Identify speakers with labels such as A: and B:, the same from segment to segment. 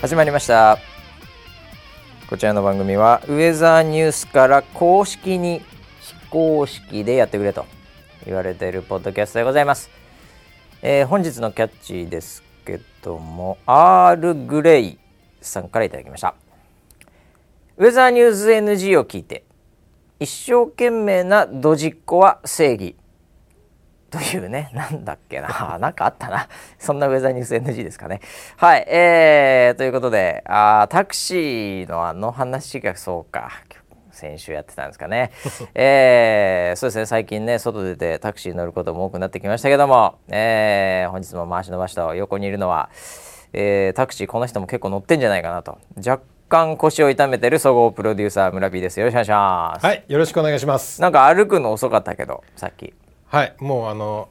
A: 始まりましたこちらの番組はウェザーニュースから公式に非公式でやってくれと言われているポッドキャストでございます、えー本日のキャッチですけどもアール・グレイさんからいただきましたウェザーニュース NG を聞いて一生懸命なドジっ子は正義というね、 なんだっけな、なんかあったな。そんなウェザーニュース NG ですかね。はい、えー、ということで、あータクシーのあの話がそうか。先週やってたんですかね、えー、そうですね最近ね外出てタクシー乗ることも多くなってきましたけども、えー、本日も回し伸ばしたを横にいるのは、えー、タクシーこの人も結構乗ってんじゃないかなと若干腰を痛めてる総合プロデューサー村 P ですよろしくお願いします、
B: はい、よろしくお願いします。
A: なんか歩くの遅かったけどさっき
B: はい、もうあの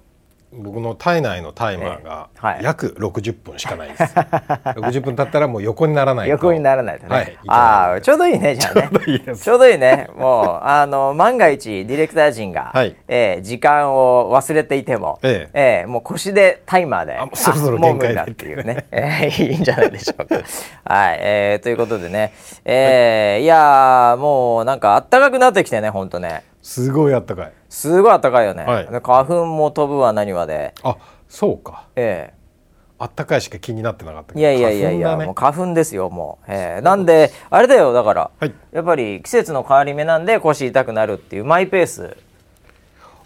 B: 僕の体内のタイマーが
A: えはい
B: 約60分しかないです。60分経ったらもう横にならないと。
A: 横にならないとね、
B: はい
A: ああちょうどいいねじゃあね
B: ちょうどいいです
A: ちょうどいいねもうあの万が一ディレクター陣が、
B: はい
A: えー時間を忘れていても、
B: え
A: えーもう腰でタイマーで
B: あもうそろそろ
A: あもう
B: 限界
A: 無
B: だ
A: 理だ
B: っ
A: ってい
B: ていうう
A: ね、えーいいんじゃないでしょ うかはい、えーということでね、えーい、やーもうなんかあったかくなってきてねほんとね
B: すごいあったかい。
A: すごいあったかいよね、
B: はい
A: で花粉も飛ぶわ何はで
B: あ、そうか。
A: ええ
B: あったかいしか気になってなかったけど。
A: いやいやいやいや、
B: 花
A: もう
B: 粉だね
A: 花粉ですよもう、えーなんであれだよだから、
B: はい
A: やっぱり季節の変わり目なんで腰痛くなるっていうマイペース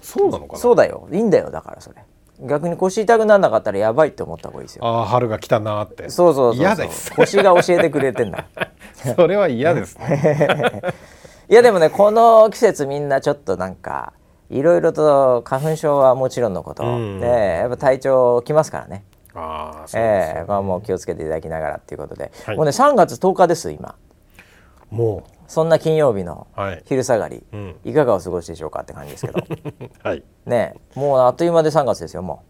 B: そうなのかな。
A: そうだよいいんだよだからそれ逆に腰痛くならなかったらやばいって思った方がいいですよ
B: あー、春が来たなーって。
A: そうそうそうそう
B: 嫌です。
A: 腰が教えてくれてん だ
B: それは嫌で すね。
A: いやでもねこの季節みんなちょっとなんかいろいろと花粉症はもちろんのこと、
B: うん
A: でやっぱ体調きますからね
B: ああ、そうです
A: ええ
B: よ。
A: まあもう気をつけていただきながらっていうことで、
B: はい
A: もうね3月10日です今
B: も
A: そんな金曜日の
B: はい
A: 昼下がり、
B: う。う
A: い
B: ん。
A: かがお過ごしでしょうかって感じですけ ど
B: はい。
A: ねえもうあっという間で3月ですよも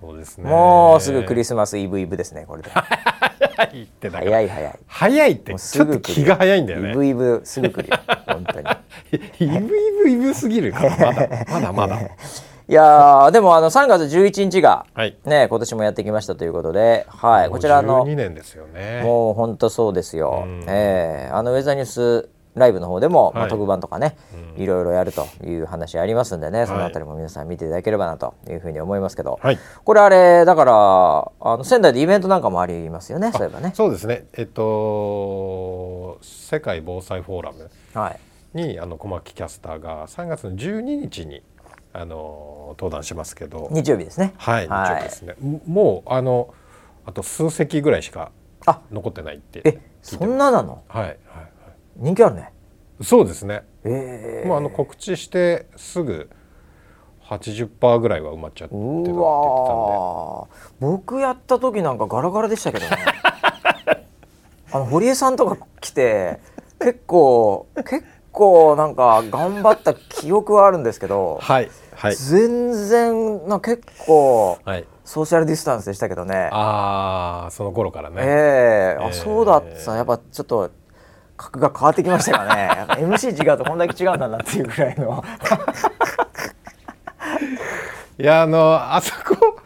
B: そうです
A: う、
B: ね。
A: もうすぐクリ
B: ス。
A: スマスイブイブですねこれで
B: 早いってだから。
A: 早い早い
B: 早いって
A: もう
B: ちょっと気が早いんだよね。
A: イブイブすぐ来る よ本当に
B: イブイブイブすぎるからまだまだまだ
A: いやーでもあの3月11日が、
B: はい
A: ね今年もやってきましたということで、はい、こちらあの
B: 2年ですよね
A: もう本当そうですよ、
B: うん
A: ええあのウェザーニュースライブの方でも、まあ
B: はい
A: 特番とかね、いろいろやるという話ありますんでねその
B: は
A: あ
B: い
A: たりも皆さん見ていただければなというふうに思いますけど、
B: はい
A: これあれだからあの仙台でイベントなんかもありますよねそういえばね。
B: そうですねえっと世界防災フォーラム
A: はい
B: にあの小牧キャスターが3月の12日にあの登壇しますけど
A: 日曜日ですね。
B: はい、
A: はい
B: 一応ですねももうあのあと数席ぐらいしか
A: あ
B: 残ってないって
A: え
B: 聞い
A: そ
B: て
A: んな
B: ま
A: なの
B: すはいはいは
A: 人気あるね。
B: いそうですね
A: ええ
B: もうあの告知してすぐ80%ぐらいは埋まっちゃってたって言ってたん
A: う
B: で
A: わー僕やった時なんかガラガラでしたけ どねあの堀江さんとか来て結構結構なんか頑張った記憶はあるんですけど、
B: はいはい
A: 全然な結構
B: はい
A: ソーシャルディスタンスでしたけどね
B: ああその頃からね、
A: ええあ
B: えー
A: そうだったやっぱちょっと格が変わってきました よねやっぱ MC 違うとこんだけ違うんだなっていうぐらいの
B: いやあのあそこ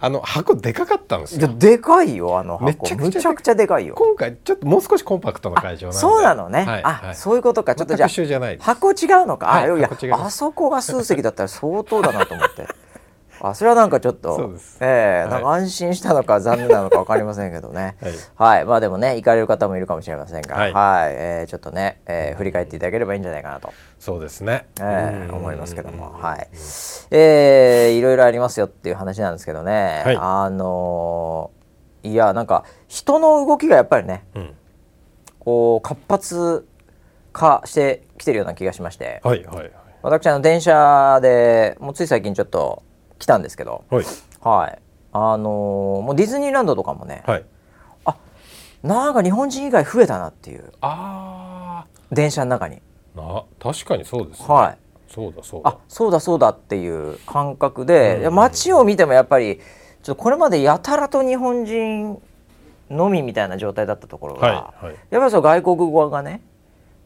B: あの箱でかかったん です
A: で
B: よ
A: でかいよあの箱
B: めちゃくちゃでかい
A: むちゃくちゃでかいよ
B: 今回ちょっともう少しコンパクトな会場なんで
A: そうなのね、
B: はい
A: あ、
B: はい
A: そういうことかちょっとじゃあ
B: 全く一緒じゃないです
A: 箱違うのか、
B: は
A: あ
B: い
A: いやいや
B: 箱違います
A: あそこが数席だったら相当だなと思ってあそれはなんかちょっ
B: そ
A: と
B: うです
A: ええ
B: はい
A: なんか安心したのか残念なのか分かりませんけどね
B: はい
A: はい、まあでもね行かれる方もいるかもしれませんがは、
B: はいい
A: ええちょっとね、ええ振り返っていただければいいんじゃないかなと、
B: そうですね、
A: ええ
B: うん
A: 思いますけどもはいええいろいろありますよっていう話なんですけどね、
B: はい
A: あのーいやなんか人の動きがやっぱりね
B: うん
A: こう活発化してきてるような気がしまして、
B: はいはいはい
A: 私あの電車でもうつい最近ちょっと来たんですけど、
B: はい
A: はいあのーもうディズニーランドとかもね、
B: はい
A: なんか日本人以外増えたなっていう
B: あ
A: 電車の中に、
B: ーな確かにそうですね、
A: はい、
B: そうだそうだ
A: あそうだそうだっていう感覚で、
B: うん
A: いや街を見てもやっぱりちょっとこれまでやたらと日本人のみみたいな状態だったところが、
B: はいはい
A: やっぱりそう外国語がね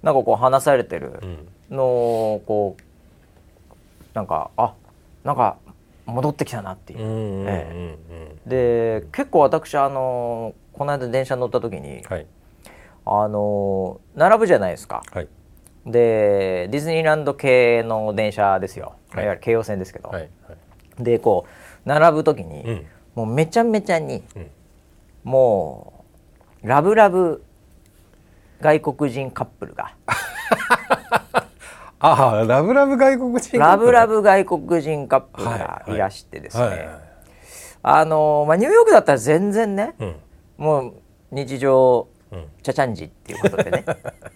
A: なんかこう話されてる、
B: うん
A: のこうなんかあなんか戻ってきたなっていう
B: う、んうんうんうん、
A: で結構私あのこの間電車乗った時に、
B: はい
A: あのー並ぶじゃないですか
B: はい
A: でディズニーランド系の電車ですよ、
B: はい
A: い、わゆる京王線ですけど、
B: はいはい
A: でこう並ぶ時に、
B: うん
A: もうめちゃめちゃに、
B: うん
A: もうラブラブ外国人カップルが
B: ああラブラブ外国人
A: ラブラ
B: ブ
A: ブ外国人カップルが
B: はいはい
A: いらしてですね、
B: はいはい
A: あのーまあ、ニューヨークだったら全然ね
B: うん
A: もう日常
B: うん
A: チャチャンジっていうことで ねちょっ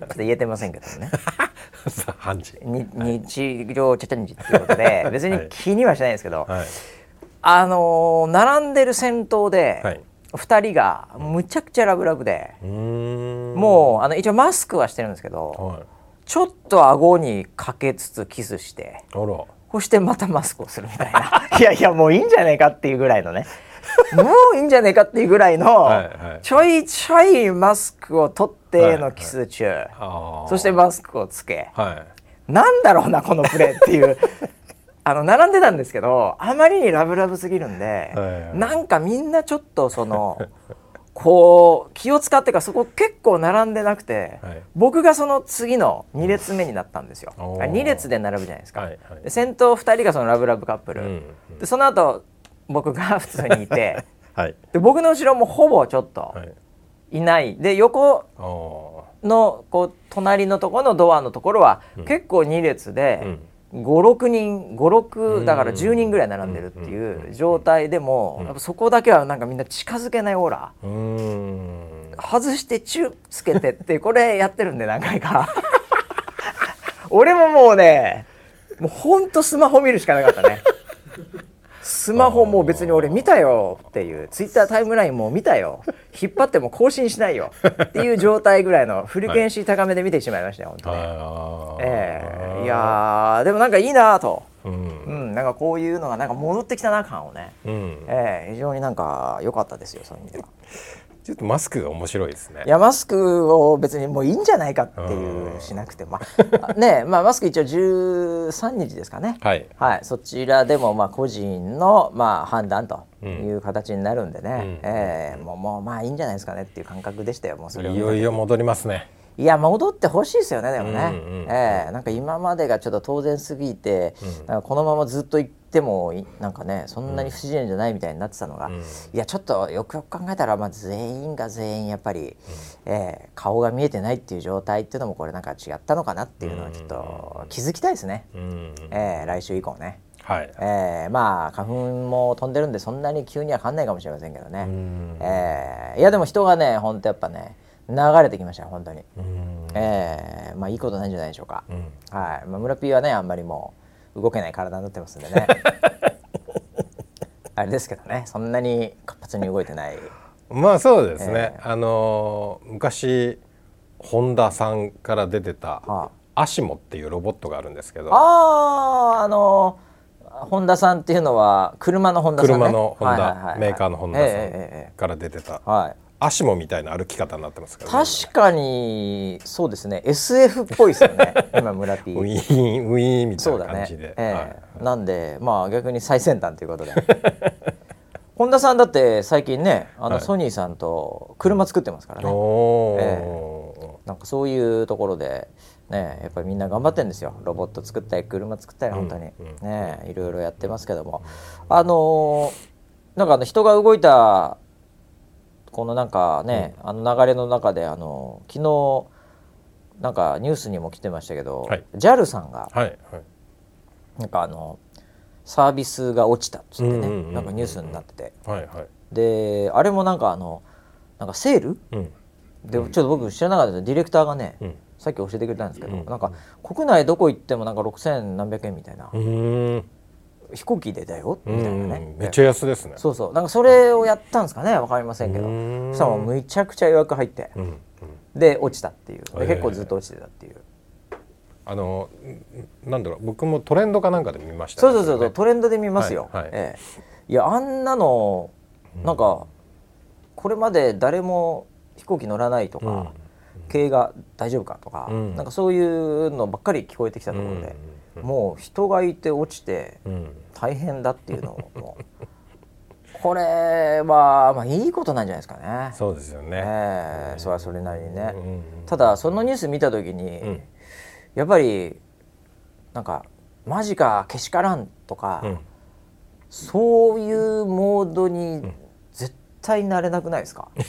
A: と言えてませんけどもね
B: さあ判事
A: に日常チャチャンジっていうことで別に気にはしないんですけど、
B: はい
A: あのー並んでる先頭で、
B: はい
A: 2人がむちゃくちゃラブラブで、
B: うーん
A: もうあの一応マスクはしてるんですけど
B: はい
A: ちょっと顎にかけつつキスして
B: あら
A: そしてまたマスクをするみたいな いやいやもういいんじゃねえかっていうぐらいのね もういいんじゃねえかっていうぐらいの、
B: はいはい
A: ちょいちょいマスクを取ってのキス中、
B: ああ
A: そしてマスクをつけ、
B: は
A: なんだろうなこのプレーっていう あの並んでたんですけどあまりにラブラブすぎるんで、
B: はいはい
A: なんかみんなちょっとそ のこう気を使ってかそこ結構並んでなくて、
B: はい
A: 僕がその次の2列目になったんですよ。
B: おー
A: 2列で並ぶじゃないです
B: い
A: か。
B: はいはい
A: で先頭2人がそのラブラブカップル、
B: うんうん
A: でその後僕が普通にい て
B: はい
A: で僕の後ろもほぼちょっと
B: はい
A: いないで横
B: ああ
A: のこう隣のところのドアのところは結構2列で56人56だから10人ぐらい並んでるっていう状態でもやっぱそこだけはなんかみんな近づけないオーラ
B: うーん
A: 外してチュッつけてってこれやってるんで何回か 俺ももうねもうほんとスマホ見るしかなかったねスマホもう別に俺見たよっていうツイッタータイムラインもう見たよ引っ張っても更新しないよっていう状態ぐらいのフリクエンシー高めで見てしまいましたよ、本当ね、
B: ああ
A: ええいやーでもなんかいいなと、
B: うん
A: うん、なんかこういうのがなんか戻ってきたな感をね、
B: うん
A: ええ非常になんか良かったですよそういう意味では。
B: ちょっとマスクが面白いですね
A: いやマスクを別にもういいんじゃないかっていうしなくてまあ ねまあマスク一応13日ですかね
B: はい
A: はいそちらでもまあ個人のまあ判断という形になるんでね、
B: うん
A: ええもうもうまあいいんじゃないですかねっていう感覚でしたよもうそれを
B: い
A: 見た
B: よ
A: ら
B: いよ戻りますね
A: いや戻ってほしいですよねでもね、
B: うんうんうん
A: ええなんか今までがちょっと当然すぎて、なんかこのままずっと行ってもいなんかねそんなに不自然じゃないみたいになってたのが、いやちょっとよくよく考えたら、まあ、全員が全員やっぱり、ええ顔が見えてないっていう状態っていうのもこれなんか違ったのかなっていうのはちょっと気づきたいですね、
B: うん
A: ええ来週以降ね。
B: はい
A: ええまあ花粉も飛んでるんでそんなに急には変わんないかもしれませんけどね、
B: ん
A: ええいやでも人がねほんとやっぱね流れてきましたよ本当に。
B: うん
A: ええまあいいことないんじゃないでしょうか。
B: うん
A: はい、まあ、村 P はねあんまりもう動けない体になってますんで ね。あれですけどね、そんなに活発に動いてない。
B: まあそうですね、あのー昔本田さんから出てた
A: は
B: アシモっていうロボットがあるんですけど
A: ああ、あの本田さんっていうのは車の本田さん、ね、
B: 車のホン
A: はいはいはいは
B: ダ
A: い
B: メーカーのホンダ
A: ええ
B: さん
A: え
B: から出てた
A: えはい。
B: アシモみたいな歩き方になってますからね
A: 確かにそうですね、SF っぽいですよね。今村 P
B: ウ。ィーンウィーンみた
A: そ
B: いうな
A: だ
B: 感
A: ね
B: じで、。
A: ええなんでまあ逆に最先端ということで。 本田さんだって最近ねあの
B: はい
A: ソニーさんと車作ってますからね、
B: はい、おお、
A: なんかそういうところで、ね、やっぱりみんな頑張ってるんですよロボット作ったり車作ったり本当に、
B: うん
A: ねいろいろやってますけどもあのーなんかあの人が動いたこのなんかね、あの流れの中であの昨日なんかニュースにも来てましたけど、
B: はい
A: JAL さんが
B: はいはい
A: なんかあのサービスが落ちたっつって
B: うんうんうんう
A: ね
B: ん
A: なんかニュースになってて
B: はいはい
A: であれもなんかあのなんかセール
B: うん
A: でちょっと僕知らなかったんですけどディレクターがね、
B: うん
A: さっき教えてくれたんですけど、
B: うん
A: なんか国内どこ行ってもなんか6,000何百円みたいな、
B: うーん
A: 飛行機でだよみたいなね
B: うんめっちゃ安ですね
A: そうそうなんかそれをやったんですかねわかりませんけど
B: うん
A: そしたらもうむちゃくちゃ予約入って
B: うんうん
A: で落ちたっていうで
B: へえ
A: 結構ずっと落ちてたっていう、
B: あのんなんだろう僕もトレンドかなんかで見ましたね、
A: そうそうそうそう
B: れね
A: トレンドで見ますよ、
B: はいはい
A: ええいやあんなのなんかこれまで誰も飛行機乗らないとか、経営が大丈夫かとか、
B: うん
A: なんかそういうのばっかり聞こえてきたところで、もう人がいて落ちて
B: うん
A: 大変だっていうのをもうこれは、まあ、いいことなんじゃないですかね。
B: そうですよね。
A: ええそれはそれなりにね、
B: うんうん
A: ただそのニュース見た時に、
B: ん
A: やっぱりなんか「マジかけしからん」とか、
B: うん
A: そういうモードに絶対なれなくないですか、
B: あ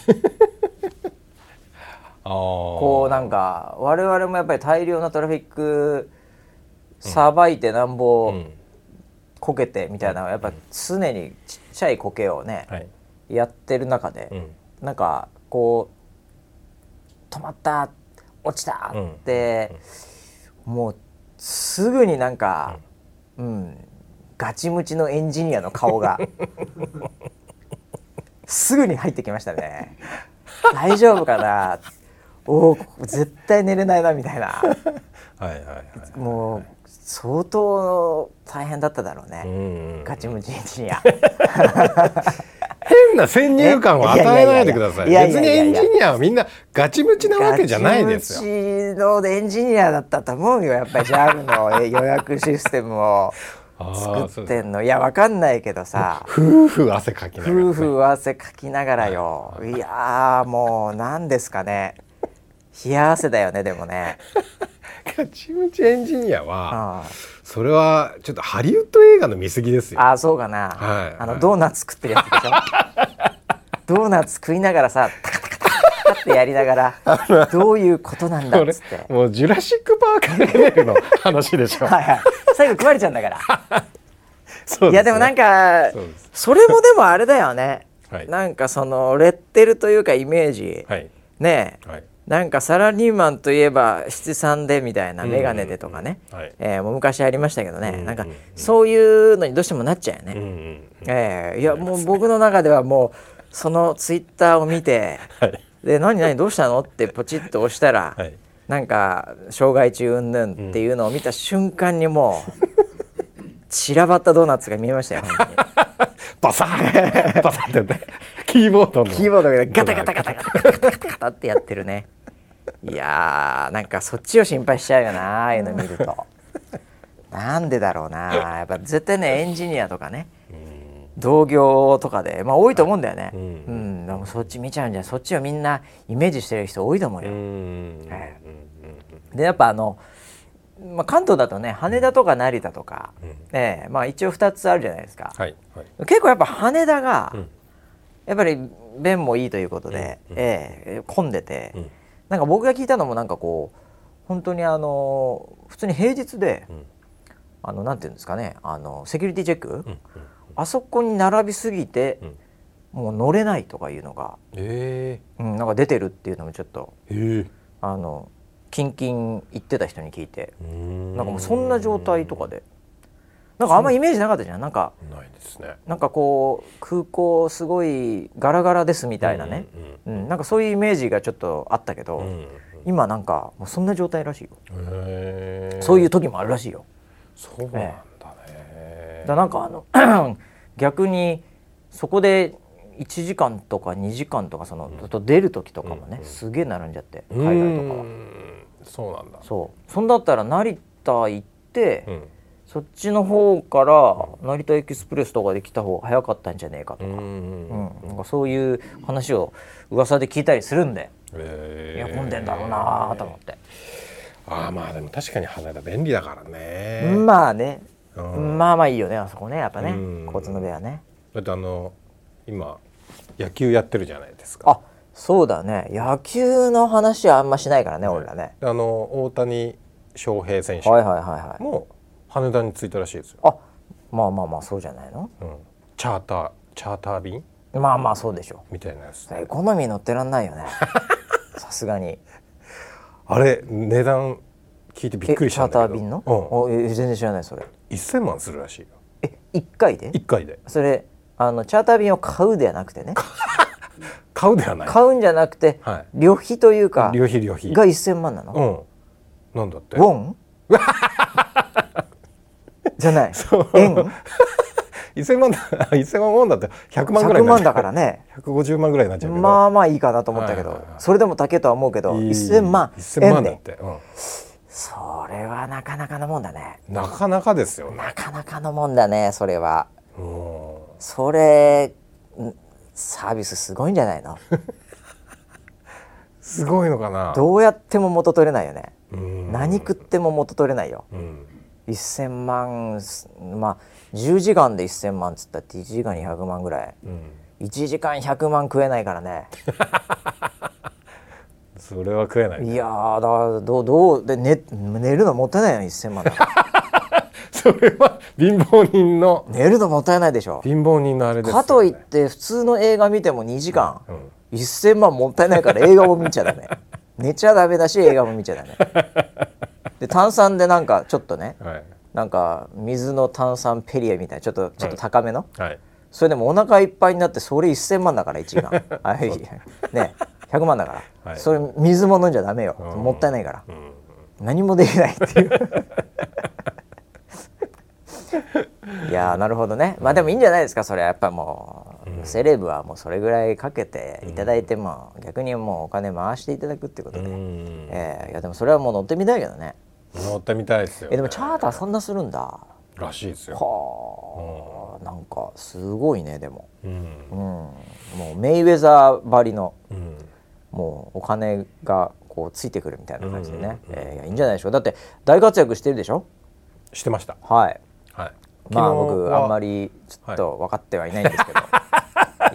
B: あ。
A: こうなんか我々もやっぱり大量なトラフィックさばいてなんぼ
B: うん
A: こけてみたいな、やっぱ常にちっちゃいこけをね、
B: はい。
A: やってる中で、
B: うん。
A: なんかこう止まった落ちたって、もうすぐになんか、うんガチムチのエンジニアの顔がすぐに入ってきましたね。大丈夫かなおー絶対寝れないなみたいな
B: はいはいはい。
A: もう相当大変だっただろうね、
B: うんうん
A: ガチムチエンジニア。
B: 変な先入観を与えないでください。
A: いやい
B: 別
A: やい
B: に
A: やいや
B: エンジニアはみんなガチムチなわけじゃないですよ。
A: よ。のエンジニアだったと思うよやっぱり JAL のえ予約システム を
B: あー
A: 作
B: そ
A: っ
B: う
A: てんのいやわかんないけどさ
B: 夫婦汗かきながら。
A: 夫婦汗かきながらよいやーもう何ですかね冷や汗だよねでもね。
B: ガチムチエンジニアは、
A: あ
B: それはちょっとハリウッド映画の見過ぎですよ。
A: あーそうかな、
B: はい
A: あ
B: は
A: の
B: い
A: ドーナツ食ってるやつで しょドーナツ食いながらさタカタカタカタカってやりながらどういうことなんだ
B: こ
A: っ
B: れ
A: つって。
B: もうジュラシック・パークレ ベルの話でしょ。
A: はいはい、最後食われちゃうんだから。
B: そうすね
A: いやでもなんか
B: そうです
A: それもでもあれだよね、
B: はい
A: なんかそのレッテルというかイメージ、
B: はい
A: ねえ
B: はい
A: なんかサラリーマンといえば七三でみたいな眼鏡でとかね、
B: はい
A: えーもう昔ありましたけどね、なんか
B: うんうん
A: そういうのにどうしてもなっちゃうよね、
B: うんうん
A: ええいやもう僕の中ではもうそのツイッターを見て
B: はい
A: 「で何何どうしたの?」ってポチッと押したら、
B: はい
A: なんか障害中云々っていうのを見た瞬間にもう、散らばったドーナツが見えましたよ本当に。
B: バサッバサッってねキーボードの
A: キーボードがガタガタガタガタガタガタガタってやってるね。いやーなんかそっちを心配しちゃうよなああいうの見ると。なんでだろうなやっぱ絶対ねエンジニアとかね同業とかでまあ多いと思うんだよね。
B: うん
A: うん、でもそっち見ちゃうんじゃないそっちをみんなイメージしてる人多いと思う
B: う
A: よ。
B: ん
A: ええでやっぱあの、まあ、関東だとね羽田とか成田とか、ええまあ一応2つあるじゃないですか。
B: はいはい
A: 結構やっぱ羽田が、
B: ん
A: やっぱり便もいいということで、ええ混んでて、
B: ん
A: なんか僕が聞いたのもなんかこう本当にあの普通に平日で、
B: ん
A: あのなんていうんですかねあのセキュリティチェック、あそこに並びすぎて、もう乗れないとかいうのが、
B: え
A: うん、なんか出てるっていうのもちょっと
B: ええ
A: あのキンキン行ってた人に聞いて、
B: えうん
A: なんかもうそんな状態とかで、なんかあんまイメージなかったじゃんなんか。
B: ないですね
A: なんかこう空港すごいガラガラですみたいなね、うんなんかそういうイメージがちょっとあったけど、
B: うん
A: 今なんかもうそんな状態らしいよ、
B: へえ
A: そういう時もあるらしいよ
B: そうなんだね
A: だからなんかあの 逆にそこで1時間とか2時間とかその、ずっと出る時とかもね、すげえ並んじゃって海外とかは、
B: うんそうなんだ
A: そうそんだったら成田行って、
B: うん
A: そっちの方から成田エキスプレスとかで来た方が早かったんじゃねえかと
B: う
A: か、
B: ん
A: う
B: うん
A: んなんかそういう話を噂で聞いたりするんで、
B: え
A: い
B: え
A: や混んでんだろうなと思って、
B: ああまあでも確かに羽田便利だからね
A: まあね、
B: うん
A: まあまあいいよねあそこねやっぱね、
B: うん
A: 交通の便はね
B: だってあの今野球やってるじゃないですか
A: あそうだね野球の話はあんましないからね俺らね
B: であの大谷翔平選手
A: はいはいはいはい
B: も羽田に着いたらしいですよ、
A: あまあまあまあそうじゃないの
B: うん、チャーターチャーター便
A: まあまあそうでしょ
B: みたいなやつ
A: エコノミー乗ってらんないよ ねさすがに
B: あれ値段聞いてびっくりしたんだけど
A: えチャーター便の、
B: う
A: おえ全然知らないそれ
B: ん、1000万するらしいよ
A: え一回で
B: 1回で
A: それあのチャーター便を買うではなくてね
B: 買うではない
A: 買うんじゃなくて、
B: はい
A: 旅費というか
B: 旅費旅費
A: が1000万なの、
B: うんなんだって
A: ウォ ンじゃない円
B: 1000万だ 1000万もんだって100万ぐらい
A: 100
B: になっ
A: 万
B: ちゃ
A: だ
B: う
A: からね
B: 150万ぐらいになっちゃうけど、
A: まあまあいいかなと思ったけど、
B: はいはいはい
A: それでも高いとは思うけど
B: いい
A: 1000万
B: 1000
A: 円
B: 万だっ
A: で
B: て、うん
A: それはなかなかのもんだね
B: なかなかですよね。
A: なかなかのもんだねそれは
B: うん
A: それサービスすごいんじゃないの
B: すごいのかな
A: どうやっても元取れないよね
B: うん
A: 何食っても元取れないよ
B: うん
A: 1000万すまあ10時間で1000万っつったって1時間200万ぐらい
B: うん
A: 1時間100万食えないからね
B: それは食えない
A: いやーだからどうどうで寝寝るのもったいないよ1000万だ から
B: それは貧乏人の
A: 寝るのもったいないでしょ
B: 貧乏人のあれですよね
A: かといって普通の映画見ても2時間、
B: うん
A: 1000万もったいないから映画も見ちゃダ メ寝ちゃダメだし映画も見ちゃダメで炭酸でなんかちょっとね
B: はい
A: なんか水の炭酸ペリエみたいなちょっとちょっと高めの、
B: はい
A: それでもお腹いっぱいになってそれ1000万だから1時 間はいね100万だから、
B: はい
A: それ水も飲んじゃダメよ、
B: うん
A: もったいないから
B: う、ん
A: 何もできないっていう いやーなるほどねまあでもいいんじゃないですかそれはやっぱもう、セレブはもうそれぐらいかけていただいても、逆にもうお金回していただくってことで、
B: うん
A: えーいやでもそれはもう乗ってみたいけどね
B: 乗ってみたいですよ
A: えでもチャーターそんなするんだ
B: らしいですよ
A: はあなんかすごいねでも、
B: うん
A: うん、もうメイウェザーばりの
B: うん
A: もうお金がこうついてくるみたいな感じでね、
B: うんうんうん
A: えーいやいいんじゃないでしょうかだって大活躍してるでしょ
B: してました
A: はい
B: はい
A: まあ僕あんま
B: り
A: りちょっと分かってはいないんですけど、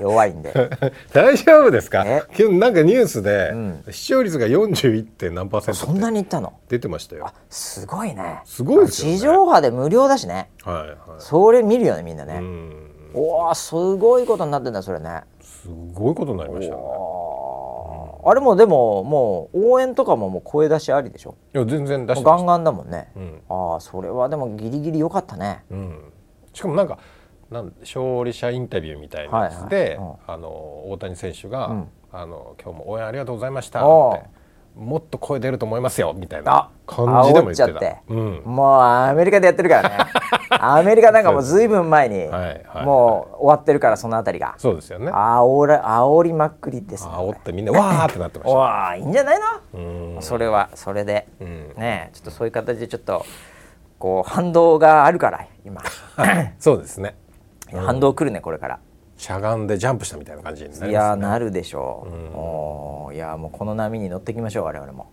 A: 弱いんで
B: 大丈夫ですか
A: え
B: 今日なんかニュースで
A: うん
B: 視聴率が 41. 点何パーセント
A: そんなにいったの
B: 出てましたよ
A: すごいね
B: すごいですよね
A: 地上波で無料だしね
B: はいは、
A: それ見るよねみんない
B: う
A: ね、
B: ん、
A: おおすごいことになってんだそれね
B: すごいことになりましたね
A: おーあれもでももう応援とかももう声出しありでしょ
B: いや全然出し
A: も
B: て
A: う
B: ま
A: ガ
B: し
A: ンガンだもんね、
B: た、うん
A: ああそれはでもギリギリ良かったね
B: うん、しかもなんかなん勝利者インタビューみたいなやつで、
A: はいはい
B: あの大谷選手が、
A: うん
B: あの「今日も応援ありがとうございました」
A: おう
B: って「もっと声出ると思いますよ」みたい
A: あ
B: な感じでも
A: 煽
B: 言って
A: っちゃって
B: た。うん
A: もうアメリカでやってるから ねアメリカなんかもうずいぶん前に
B: はいはい
A: もう終わってるからそのあたりが
B: そうですよね。
A: あおら煽りまくりですね
B: あおってみんなわーってなってまし
A: お
B: た。
A: ーいいんじゃないの、
B: うん
A: それはそれで、
B: うん
A: ねえちょっとそういう形でちょっとこう反動があるから今
B: そうですね。
A: 反動来るねこれから、
B: しゃがんでジャンプしたみたいな感じになり
A: い
B: ま
A: やーなるでしょう、おーいやーもうこの波に乗ってきましょう我々も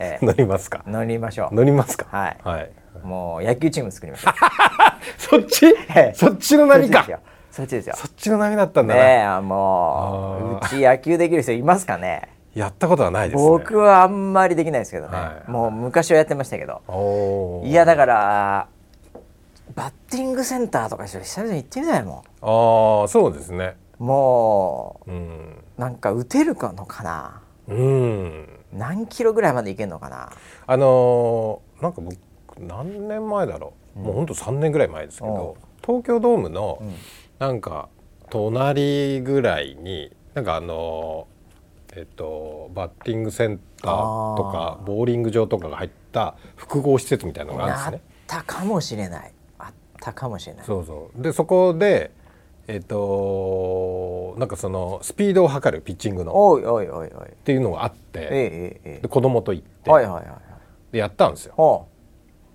A: え
B: す。乗りますか
A: え。乗りましょう
B: 乗りますか。
A: はい
B: はい。
A: もう野球チーム作りましょう
B: そっち
A: ええ？
B: そっちの波か。
A: そっちですよそ
B: そ
A: っち
B: っちの波だったん
A: ですよ
B: だね。
A: ねえもう
B: あ
A: うち野球できる人いますかね
B: やったことはないですね。
A: 僕はあんまりできないですけどね、
B: はい
A: もう昔はやってましたけど
B: おー
A: いやだからバッティングセンターとかちょっと久々に行ってみたいも
B: ああそうですね
A: んも
B: うん
A: うなんか打てるかのかな
B: うん
A: 何キロぐらいまでいけるのかな
B: あのーなんか僕何年前だろう、もうほんと3年ぐらい前ですけど東京ドームのなんか隣ぐらいになんかあのーえっとバッティングセンターとかボーリング場とかが入った複合施設みたいなのがあ
A: あ
B: る
A: っ
B: んですね。
A: たかもしれないあったかもしれない
B: そうそうでそこでえっとなんかそのスピードを測るピッチングの
A: おいおいおいおい
B: っていうのがあっ
A: え
B: て、
A: えええ
B: で子供と行っ
A: え
B: て、
A: はいはいはいはい
B: でやったんですよ
A: ほ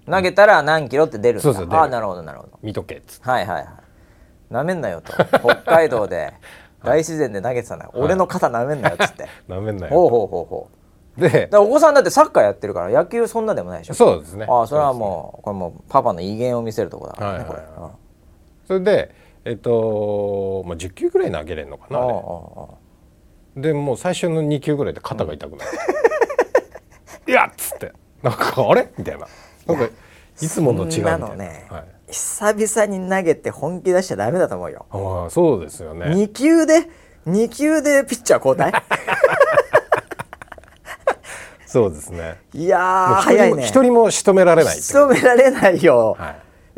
A: う投げたら何キロって出るんだ
B: そうそう出る
A: ああなるほどなるほど
B: 見とけっつって
A: はいはいはいなめんなよと北海道 で大自然で投げてたんだ、俺の肩なめんなよっつって、
B: なめんな
A: ほう
B: よ
A: ほうほうほう
B: で
A: だからお子さんだってサッカーやってるから野球そんなでもないでしょ
B: そうですね
A: ああそれはもうこれもうパパの威厳を見せるとこだからね
B: はい
A: こ
B: はい
A: れ
B: は
A: う
B: い
A: んあ
B: それでえっと、まあ、10球ぐらい投げれるのか
A: あ
B: な
A: あ
B: あ
A: あ
B: れでもう最初の2球ぐらいで肩が痛くな る、いやっつってなんかあれみたいななんかいつもの違うみたいな
A: そんなのね
B: はい、
A: 久々に投げて本気出しちゃダメだと思うよ
B: ああそうですよね
A: 2球で2球でピッチャー交 代
B: そうですね
A: いや
B: もう
A: ー
B: 一人
A: 早い
B: も
A: ね
B: 一人も仕留められないっていう
A: 仕留められないよ
B: は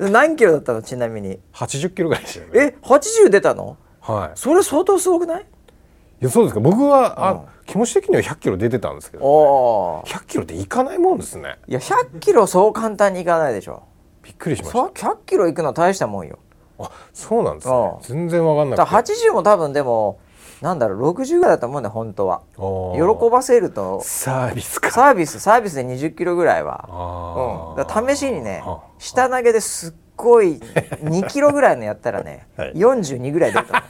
B: い、
A: 何キロだったのちなみに
B: 80キロぐらいでしたよね
A: え80出たの
B: はい
A: それ相当すごくない
B: いやそうですか僕はあ、気持ち的には100キロ出てたんですけど、
A: おおー
B: 100キロでいかないもんですね
A: いや100キロそう簡単にいかないでしょ
B: びっくりしました
A: そ100キロいくのは大したもんよ
B: あそうなんです
A: あ
B: ね
A: あ
B: 全然わかんな
A: だ
B: くて
A: から80も多分でもなんだろう60ぐらいだと思うんだよ本当は
B: あー
A: 喜ばせると
B: サービスか
A: サービスサービスで20キロぐらいは、
B: あ
A: うん、だから試しにね
B: あ
A: 下投げですっごい2キロぐらいのやったらね、
B: はい
A: 42ぐらい出ると思う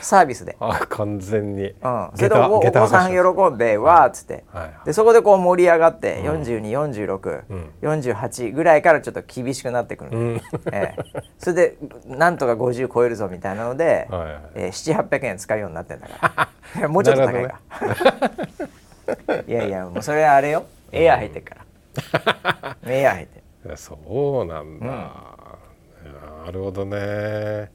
A: サービスで。
B: あ完全に、
A: うん、そ
B: 下
A: れで
B: 駄
A: おお
B: 下駄
A: 子
B: 博士
A: さん喜んでわーっつって、
B: はい
A: でそこでこう盛り上がって4246、
B: うん
A: 48ぐらいからちょっと厳しくなってくる、
B: うん
A: ええそれでなんとか50超えるぞみたいなので、
B: はいはい
A: ええ7800円使うようになってんだから いやもうちょっと高いか、いやいやもうそれはあれよエアー入ってるから、エアー入ってる
B: そうなんだ、いやなるほどね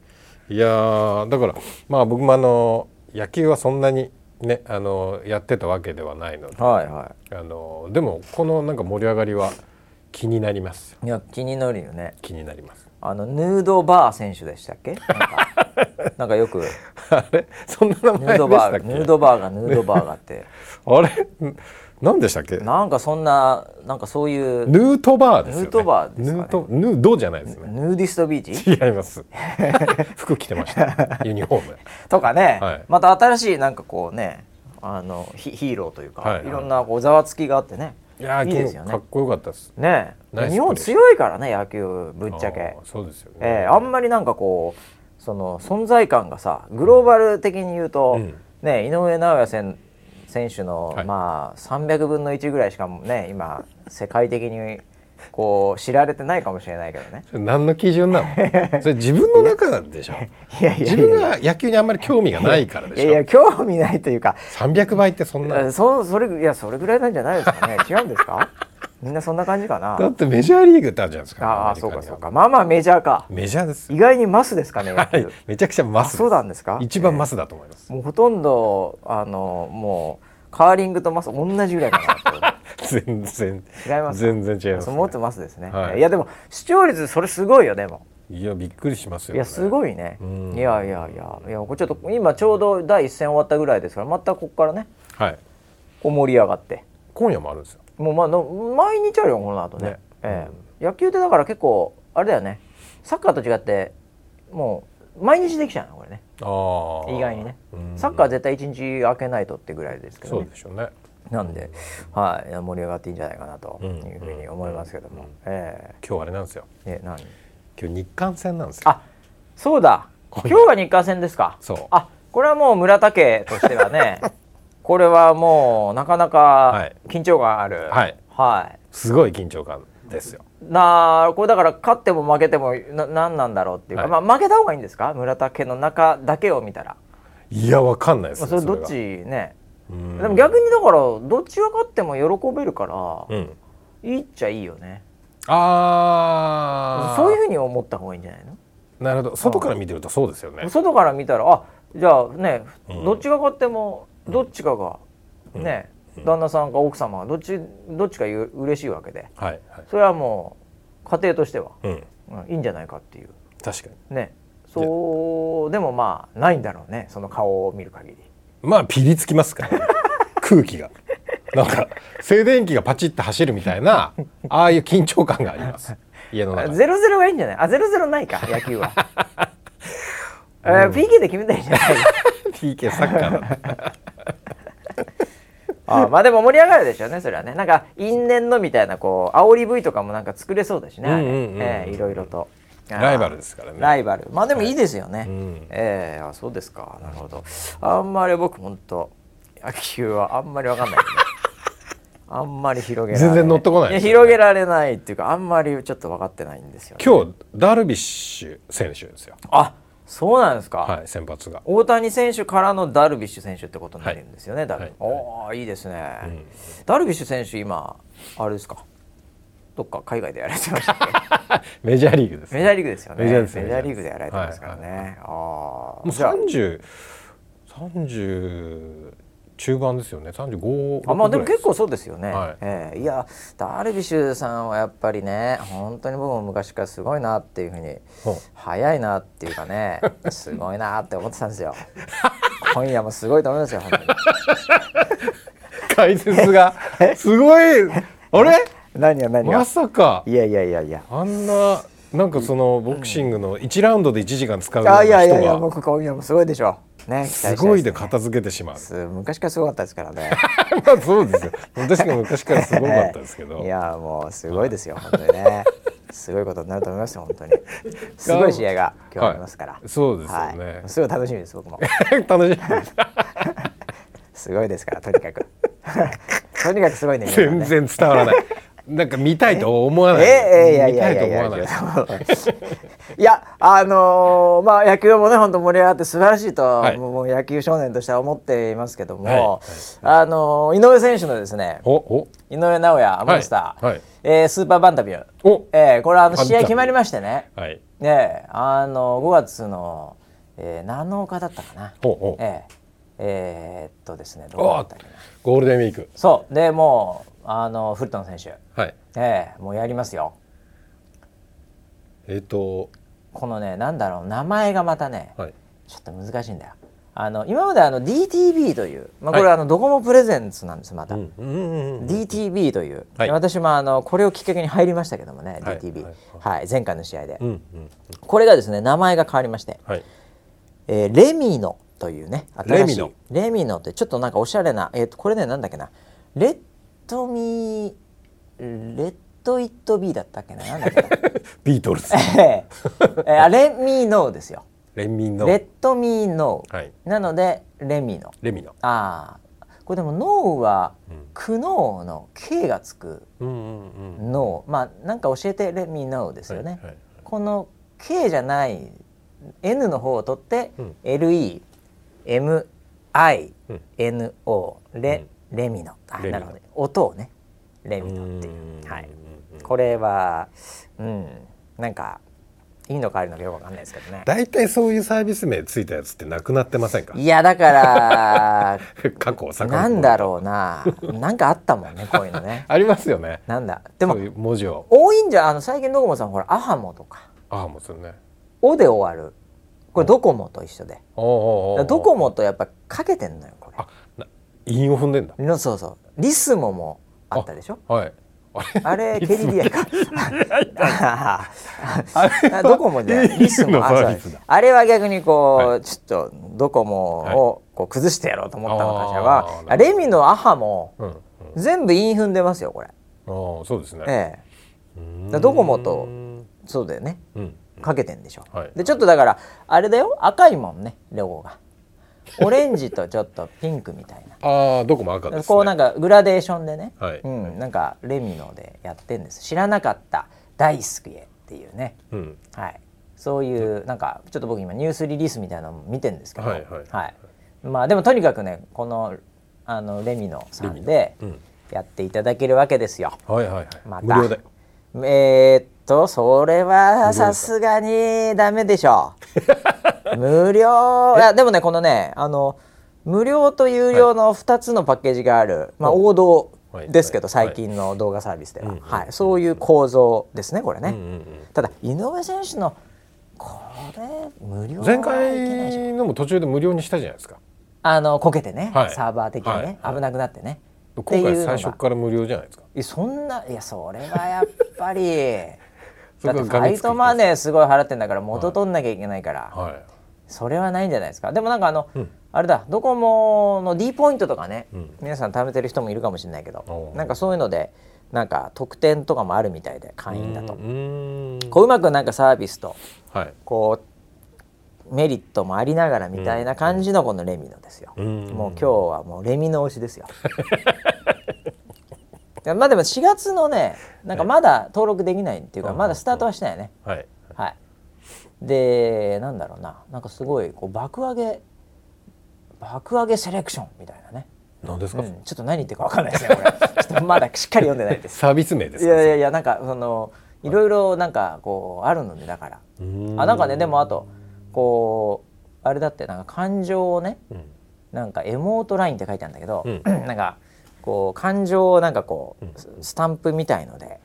B: いやーだからまあ僕もあの野球はそんなにねあのやってたわけではないので
A: はいは
B: あのでもこのなんか盛り上がりは気になります
A: いいや気になるよね
B: 気になります
A: あのヌードバー選手でしたっけなんかなんかよく
B: あれそんな
A: ヌ
B: 名前
A: ー
B: で
A: ド
B: した
A: バ
B: っけ
A: ーヌードバーガーヌードバーガーって
B: あれん何でしたっけヌ
A: なんかそんななんかそういうヌ
B: ートバーですよ
A: ヌ
B: ね
A: ートバーですかね
B: ヌートヌードじゃないですね
A: ーディストビー チ
B: 違います服着て ましたユニフォーム
A: とかね、
B: はい
A: また新しいなんかこうねあのヒヒーローというか、
B: はい
A: い、ろんなこうざわつきがあってね
B: いやー
A: いいですよ
B: か
A: ね
B: っこよかったです
A: ね
B: ナイスプレー
A: 日本強いからね野球ぶっちゃけ
B: あー、そうですよね、
A: えーあんまりなんかこうその存在感がさグローバル的に言うと、
B: うん
A: ね、井上尚弥選選手の、
B: はい
A: まあ300分の1ぐらいしかもね今世界的にこう知られてないかもしれないけどね。
B: それ何の基準 なのそれ自分の中なんでしょ
A: いやいやいや
B: 自分が野球にあんまり興味がないからで
A: い
B: し
A: やい
B: ょ
A: や興味ないというか
B: 300倍ってそんな
A: そそれいやそれぐらいなんじゃないですかね違うんですかみんなそんな感じか な
B: だってメジャーリーグってあるじゃないですか
A: あ
B: ア
A: あ
B: メリ
A: そ
B: カ
A: う
B: には
A: かそうかまあまあメジャーか
B: メジャーですよ
A: 意外にマスですかね野
B: は
A: 球
B: いめちゃくちゃマ
A: あ
B: ス
A: そうなんですか
B: 一番マスだと思います、
A: もうほとんどあのもうカーリングとマス同じぐらいかなと
B: 全然
A: 違います
B: 全然違います、
A: そう
B: ね、
A: 思ってますですね、
B: はい
A: い、やでも視聴率それすごいよでも
B: いやびっくりしますよ、
A: い
B: ね、
A: やすごいね
B: うん
A: いやいやいやいやこれちょっと今ちょうど第一戦終わったぐらいですからまたここからね
B: はい
A: こう盛り上がって
B: 今夜もあるんですよ
A: もうまあの毎日あるよこの後ね
B: ね
A: ええ野球ってだから結構あれだよねサッカーと違ってもう毎日できちゃうのこれね
B: ああ
A: 意外にね
B: うん
A: サッカーは絶対一日開けないとってぐらいですけ
B: そ
A: ど
B: う
A: ね
B: でしょうね
A: なんで、はいいや、盛り上がっていいんじゃないかなと
B: うん
A: いうふうに思いますけども、え
B: 今日あれなんですよ
A: ええ何
B: 今日日韓戦なんですよ
A: あそうだ
B: こ
A: 今
B: れ
A: 日が日韓戦ですか
B: そう
A: あこれはもう村田家としては ねこれはもうなかなか
B: い
A: 緊張感ある
B: はい、
A: はい、
B: すごい緊張感ですよ
A: なあこれだから勝っても負けてもな何なんだろうっていうか、
B: は
A: まあ、負けた方がいいんですか村田家の中だけを見たら、
B: いやわかんないです
A: まあ、
B: ね
A: それど
B: が
A: っちね
B: うん
A: でも逆にだからどっちが勝っても喜べるか
B: うん
A: らいいっちゃいいよね
B: ああ
A: そういうふうに思った方がいいんじゃないの
B: なるほど外から見てるとそうですよね
A: 外から見たらあじゃあね
B: うん
A: どっちが勝ってもどっちかがね、旦那さんか奥様がどっちどっちか言う嬉しいわけで
B: はいはい
A: それはもう家庭としては、
B: うん
A: うん、いいんじゃないかっていう
B: 確かに
A: ねそうでもまあないんだろうねその顔を見る限り
B: まあピリつきますか ら、ね、空気がなんか静電気がパチッと走るみたいなああいう緊張感があります家の中で
A: ゼロゼロがいいんじゃないあゼロゼロない か野球は、えー PK で決めたいん じゃない
B: PK サッカ ーだ
A: あーまあでも盛り上がるでしょうねそれはねなんか因縁のみたいなこう煽り V とかもなんか作れそうだしねあれ
B: うんうんうんうん
A: えーいろいろとあー
B: ライバルですからね
A: ライバルまあでもいいですよね、
B: うん
A: えーあそうですかなるほどあんまり僕本当野球はあんまりわかんない、 ね、あんまり広げられ
B: 全然乗ってこない
A: や広げられないっていうかあんまりちょっと分かってないんですよ、ね、
B: 今日ダルビッシュ選手ですよ
A: あそうなんですか、
B: はい先発が
A: 大谷選手からのダルビッシュ選手ってことになるんですよね、ダル
B: はい
A: おーいいですね、ダルビッシュ選手今あれですかどっか海外でやられてましたっ け
B: メジャーリーグです
A: メジャーリーグですよね
B: メジャーです
A: メジャーリーグでやられてますからね、
B: は
A: ああ
B: もう三十三十中盤ですよね。三十五。
A: あまあでも
B: 6ぐらい
A: 結構そうですよね、
B: はい
A: ええいやダルビッシュさんはやっぱりね本当に僕も昔からすごいなっていうふうに
B: ほう
A: 早いなっていうか ねすごいなって思ってたんですよ今夜もすごいと思いますよ本 当に
B: 解 説がすごい。あれ？
A: 何が何
B: ま
A: が
B: さか
A: いやいやいやいや
B: あんななんかそのボクシングの一ラウンドで一時間使うよう
A: あ
B: ない
A: やいやいや
B: 人が
A: 僕今夜もすごいでしょうね期待した
B: すごい
A: で
B: で
A: ね
B: す片付けてしまう。
A: す昔からすごかったですからね
B: まあそうですよ。確かに昔からすごかったですけど。
A: いやもうすごいですよ本当にねすごいことになると思いますよ本当にすごい試合が今日ありますから、
B: はいそうですよ
A: は
B: ね
A: い、すごい楽しみです僕も
B: 楽しみです
A: すごいですからとにかく とにかくすごいね皆さん
B: 全
A: ね
B: 然伝わらないなんか見たいと思わない
A: ええいやい
B: 見
A: や
B: た
A: い
B: いと
A: やい
B: 思
A: や
B: わ
A: い
B: ない
A: やいやあのーまあ野球もね本当盛り上がって素晴らしいと、
B: はい
A: もう野球少年としては思っていますけども、
B: はいはい
A: あのー井上選手のですね
B: おお
A: 井上尚弥モンスター、
B: はいはい
A: えースーパーバンタビュー、
B: お
A: えーこれあの
B: バンタビ
A: 試
B: ュー
A: 合決まりましてね、
B: はい
A: ねえあの5月の、えー、7日だったかな、
B: おお
A: えーえーっとですねどうだ
B: お
A: ったっけな
B: ゴールデンウィーク
A: そうでもうあのフルトン選手、
B: はい
A: えーもうやりますよ
B: えっと
A: このねなんだろう名前がまたね、
B: はい
A: ちょっと難しいんだよあの今まであの DTV という、まあ、これ
B: はい
A: はあのドコモプレゼンツなんですまた、
B: うんうんうんうん
A: DTV という、
B: はい
A: 私もあのこれをきっかけに入りましたけどもね、
B: はい
A: DTV、は
B: はいい
A: 前回の試合で、
B: うんうん
A: これがですね名前が変わりまして、
B: はい
A: えーレミノというね
B: レミノ
A: レミノってちょっとなんかおしゃれな、えー、とこれねなんだっけなレッドミーレッドイットビーだったっけななんだっけな
B: ビートルズ
A: えーえーあレミノですよ
B: レミの
A: レッドミーノ
B: はい
A: なのでレミノ
B: レミの
A: ああこれでも脳は
B: うん
A: 苦悩の K がつく
B: うんうんうん
A: 脳まあなんか教えてレミノですよね、
B: はいはい
A: この K じゃない N の方を取って、
B: うん
A: LEMINO
B: うん
A: レ,、レミノあ
B: レミノ
A: なるほど音をねレミノっていううんはい
B: うん
A: これはうんなんかいいのか悪いのかよくわかんないですけどね
B: 大体そういうサービス名ついたやつってなくなってませんか
A: いやだから
B: 過去を遡る
A: なんだろうななんかあったもん ねこういうのね
B: ありますよね
A: なんだで
B: で
A: も
B: も文字を
A: 多いんじゃあの最近ドコモさんほらアハモとか
B: ああもうそれね
A: オで終わるこれドコモと一緒で
B: おうおうおうおう
A: ドコモとやっぱかけてんのよこ
B: あな韻を踏んでんだ
A: れのそうそうリスモもあったでしょ
B: はいあ れ
A: あれ KDDI かあ
B: あれ
A: あドコモじゃないリスモ
B: の
A: あ
B: サ
A: そう
B: ー
A: で
B: ビス
A: す
B: だ
A: あれは逆にこう、
B: は
A: ちょっとドコモをこう崩してやろうと思ったのかしら
B: あーなる
A: は
B: ほ、ど
A: レミのアハも
B: うんうんあ
A: 全部韻踏んでますよこれ、
B: あそうですね
A: ええ
B: うーん
A: だドコモと
B: うん
A: そうだよね
B: うん
A: かけてんでしょ、
B: はい
A: でちょっとだからあれだよ赤いもんねロゴがオレンジとちょっとピンクみたいな
B: ああドコモ赤ですね
A: こうなんかグラデーションでね、
B: はい
A: うん、なんかレミノでやってんです知らなかった大好きへっていうね、
B: うん
A: はい、そういうなんかちょっと僕今ニュースリリースみたいなのも見てんですけど、
B: はいはい
A: まあでもとにかくねこのあのレミノさんで
B: うん
A: やっていただけるわけですよ。
B: はいはい
A: ま
B: は
A: た
B: い無料で
A: えーっとそれはさすがにダメでしょ う無料いやでもねこのねあの無料と有料の2つのパッケージがある、まあ、王道ですけど、
B: はい
A: 最近の動画サービスでは、
B: うんうん
A: はい、そういう構造ですねこれね、
B: うんうんうん
A: ただ井上選手のこれ無料
B: 前
A: はいけないでしょ
B: 回のも途中で無料にしたじゃないですか
A: あのこけてね、
B: はい
A: サーバー的にね、
B: はい
A: 危なくなってね
B: 今
A: っていう
B: 回
A: のが
B: 最初から無料じゃないですか
A: いやそんないやそれはやっぱり
B: そ
A: だ
B: こが
A: ってフ
B: が
A: ァイ
B: みつきです
A: トマネーすごい払ってんだから元取んなきゃいけないから、
B: はい
A: それはないんじゃないですかでもなんかあの、
B: うん
A: あれだドコモの D ポイントとかね、
B: うん
A: 皆さん貯めてる人もいるかもしれないけど
B: おー
A: なんかそういうのでなんか特典とかもあるみたいで会員だと
B: うーん
A: こううまくなんかサービスと
B: はい
A: こうメリットもありながらみたいな感じのこのレミノですよ、
B: うん
A: もう今日はもうレミノ推しですよ いやまあでも4月のねなんかまだ登録できないっていうか
B: うん
A: まだスタートはしてないね
B: はい
A: はいでなんだろうななんかすごいこう爆上げ爆上げセレクションみたいなね、
B: 何です
A: う
B: か、
A: ん、ちょっと何言ってるかわかんないですねこ れちょっとまだしっかり読んでないです
B: サービス名です
A: い
B: か
A: やいやいやなんかそのいろいろなんかこうあるのでだから
B: うーん
A: あなんかねでもあとこうあれだってなんか感情をね
B: うん
A: なんかエモートラインって書いてあるんだけど、
B: うん
A: なんかこう感情をなんかこう、
B: うん
A: ススタンプみたいので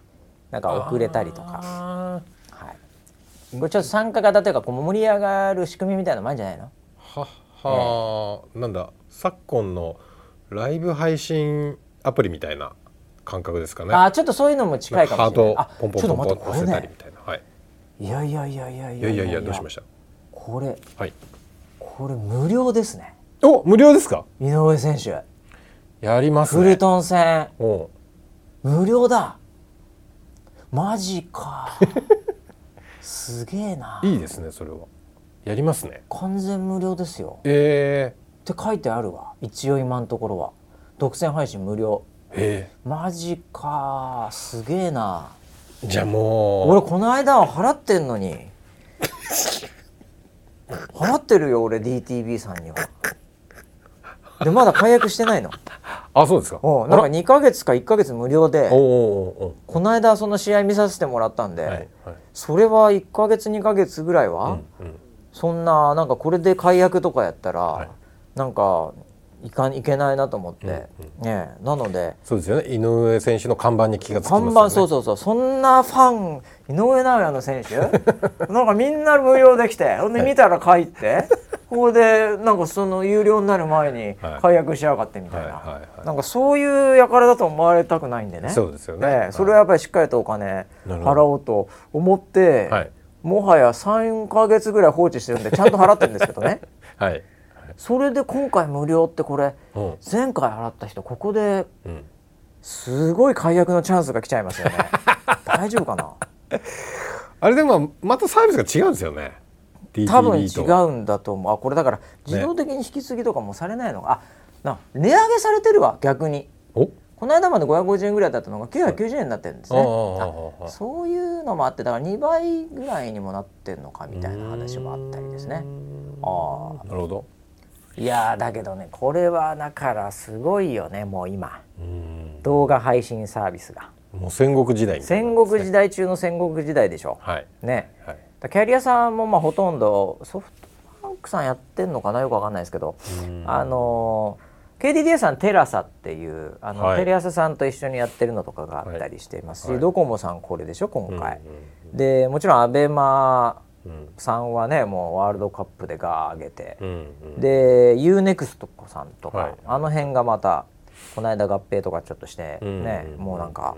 A: なんか送れたりとか、
B: あ
A: はい、これちょっと参加型というかこう盛り上がる仕組みみたいなのもあるんじゃないの
B: ーはは、なんだ昨今のライブ配信アプリみたいな感覚ですかね
A: あーちょっとそういうのも近いか
B: ハ
A: も
B: ー
A: しれな
B: ト
A: い
B: を
A: あ
B: ポンポン
A: ちょ
B: ポ
A: っ
B: ン
A: と
B: ポン押
A: 待っ
B: せ
A: て
B: た
A: これね
B: りみたいなはい
A: いやいやいやいやい
B: いやいやいやどうしま
A: た
B: した
A: これ
B: はい
A: これ無料ですね
B: お無料ですか
A: 井上選手
B: やります
A: フル
B: ね
A: トン戦
B: おう
A: 無料だマジか すげえない
B: いですねそれはやりますね
A: 完全無料ですよっ
B: え
A: て書いてあるわ一応今のところは独占配信無料
B: ー、え
A: マジかすげえな
B: ー、じゃあもう
A: 俺この間は払ってんのに払ってるよ俺 DTV さんにはでまだ解約してないの
B: あそうですか
A: おうなんか
B: あら
A: 2ヶ月か1ヶ月無料
B: おう
A: で
B: おうおう
A: この間その試合見させてもらったんで、
B: はいはい
A: それは1ヶ月2ヶ月ぐらいは、
B: うんうん
A: そんななんかこれで解約とかやったら、
B: い
A: なんかいかんいけないなと思って、ねえなので
B: そうですよね井上選手の看板に気がつきますよ
A: 看
B: ね
A: 板そうそうそうそんなファン井上尚弥の選手 なんかみんな無料できてほんで見たら書いてここでなんかその有料になる前に
B: はい
A: 解約しやがってみたい
B: はいはいは
A: ないなんかそういう輩だと思われたくないんでね
B: そうですよねはい
A: それはやっぱりしっかりとお金
B: なるほど
A: 払おうと思って、
B: はい
A: もはや3か月ぐらい放置してるんでちゃんと払ってるんですけどね
B: はい
A: それで今回無料ってこれ
B: うん
A: 前回払った人ここで
B: うん
A: すごい解約のチャンスが来ちゃいますよね 大丈夫かな
B: あれでもまたサービスが違うんですよね DTV と
A: 多分違うんだと思うあこれだから自動的に引き継ぎとかもされないのが、あな値上げされてるわ逆に
B: お
A: この間まで550円ぐらいだったのが990円になってるんですね、
B: ああああああ
A: そういうのもあってだから2倍ぐらいにもなってんのかみたいな話もあったりですねああ
B: なるほど
A: いやーだけどねこれはだからすごいよねもう今
B: うん
A: 動画配信サービスが
B: もう戦国時代みたいな
A: 戦国時代中の戦国時代でしょ
B: はい
A: ね
B: はい
A: だキャリアさんもまあほとんどソフトバンクさんやってんのかなよくわかんないですけど、あのー KDDI さんテラサっていうあの、
B: はい
A: テレ朝さんと一緒にやってるのとかがあったりしていますし、ドコモさんこれでしょ今回、でもちろんアベマ
B: うん
A: さんはねもうワールドカップでガー上げて、
B: うんうん
A: で UNEXT さんとか、
B: はい
A: あの辺がまたこの間合併とかちょっとしてね、
B: うん
A: もうなんか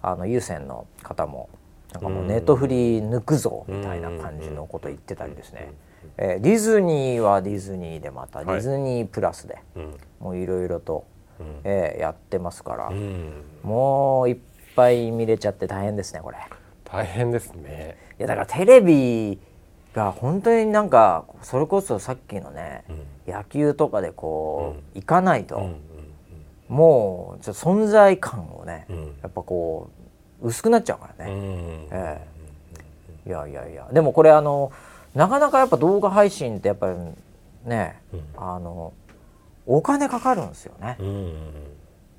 A: あの有線の方もなんかもうネットフリー抜くぞみたいな感じのこと言ってたりですね、えーディズニーはディズニーでまたディズニープラスで
B: うん
A: もういろいろと、
B: うん
A: えーやってますから、
B: うん
A: もういっぱい見れちゃって大変ですねこれ。
B: 大変ですね
A: いやだからテレビが本当になんかそれこそさっきのね、野球とかでこう、行かないと、もうちょっと存在感をね、
B: ん
A: やっぱこう薄くなっちゃうから
B: う
A: ね、
B: ん
A: ええいやいやいやでもこれあのなかなかやっぱ動画配信ってやっぱりね、あのお金かかるんですよね、
B: うん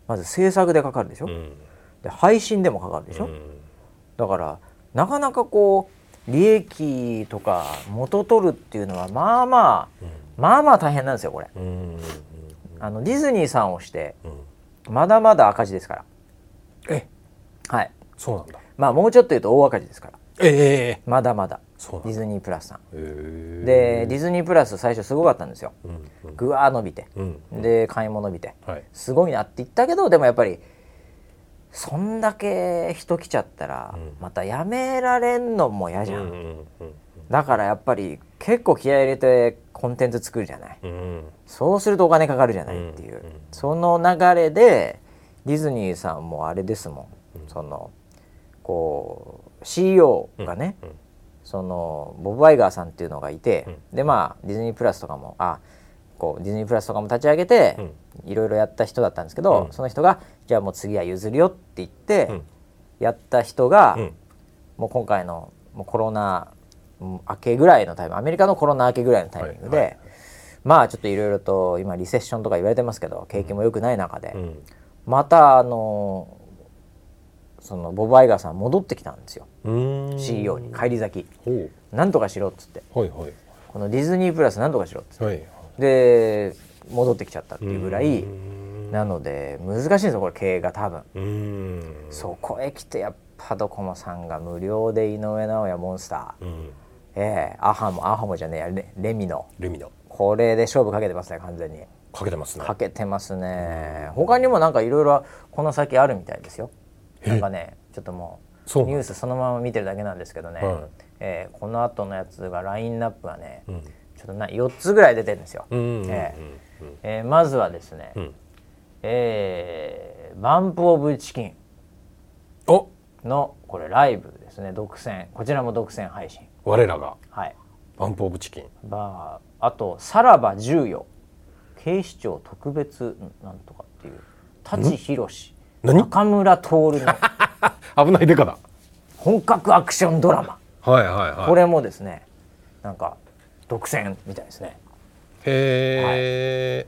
A: まず制作でかかるでしょ、
B: うん
A: で配信でもかかるでしょ、
B: うん
A: だからなかなかこう利益とか元取るっていうのはまあまあ、まあまあ大変なんですよこれ
B: うん
A: あのディズニーさんをして
B: うん
A: まだまだ赤字ですから
B: え
A: はい
B: そうなんだ
A: まあもうちょっと言うと大赤字ですから
B: ええ
A: まだまだ
B: そう
A: デ
B: なん
A: ィズ
B: だ
A: ニープラスさん
B: ええ
A: でディズニープラス最初すごかったんですよ
B: うんうん
A: ぐわー伸びて
B: うん
A: で買い物伸びて
B: はい
A: すごいなって言ったけどでもやっぱりそんだけ人来ちゃったらまたやめられんのも嫌じゃん
B: うんうんうん
A: だからやっぱり結構気合い入れてコンテンツ作るじゃない
B: うん
A: そうするとお金かかるじゃないっていう、その流れでディズニーさんもあれですもん、そのこう CEO がね、そのボブ・ワイガーさんっていうのがいて、でまあディズニープラスとかもあこうディズニープラスとかも立ち上げて、いろいろやった人だったんですけど、その人がじゃあもう次は譲るよって言って、やった人が、
B: ん
A: もう今回のもうコロナうん明けぐらいのタイミングアメリカのコロナ明けぐらいのタイミングで、まあちょっといろいろと今リセッションとか言われてますけど景気も良くない中で、
B: うん
A: またあのそのボブ・アイガーさん戻ってきたんですよ、
B: うーん
A: CEO に返り咲き
B: ほう
A: なんとかしろっつって
B: はいはい
A: このディズニープラスなんとかしろっつって
B: はい
A: で戻ってきちゃったっていうぐらいなので難しいんですよこれ経営が多分。
B: うーん
A: そこへ来てやっぱドコモさんが無料で井上尚弥モンスター、
B: うん
A: ええアハモアハモじゃねえやレレミの
B: ルミナ
A: これで勝負かけてますね完全に
B: かけてますね
A: かけてますね他にもなんかいろいろこの先あるみたいですよなんかねちょっともう
B: そう
A: ニュースそのまま見てるだけなんですけどね、
B: はい
A: ええこの後のやつがラインナップがね、ちょっとな4つぐらい出てるんですよ、
B: うんうんうん
A: ええええまずはですね、
B: ん
A: ええバンプ・オブ・チキン
B: お
A: のこれライブですね独占こちらも独占配信
B: 我らが
A: はい
B: バンプ・オブ・チキン
A: バーあと「さらば重要」警視庁特別なんとかっていう舘ひろし
B: 何
A: 中村徹の
B: 危ないデカだ
A: 本格アクションドラマ
B: はいはいはい
A: これもですねなんか独占みたいですね
B: へ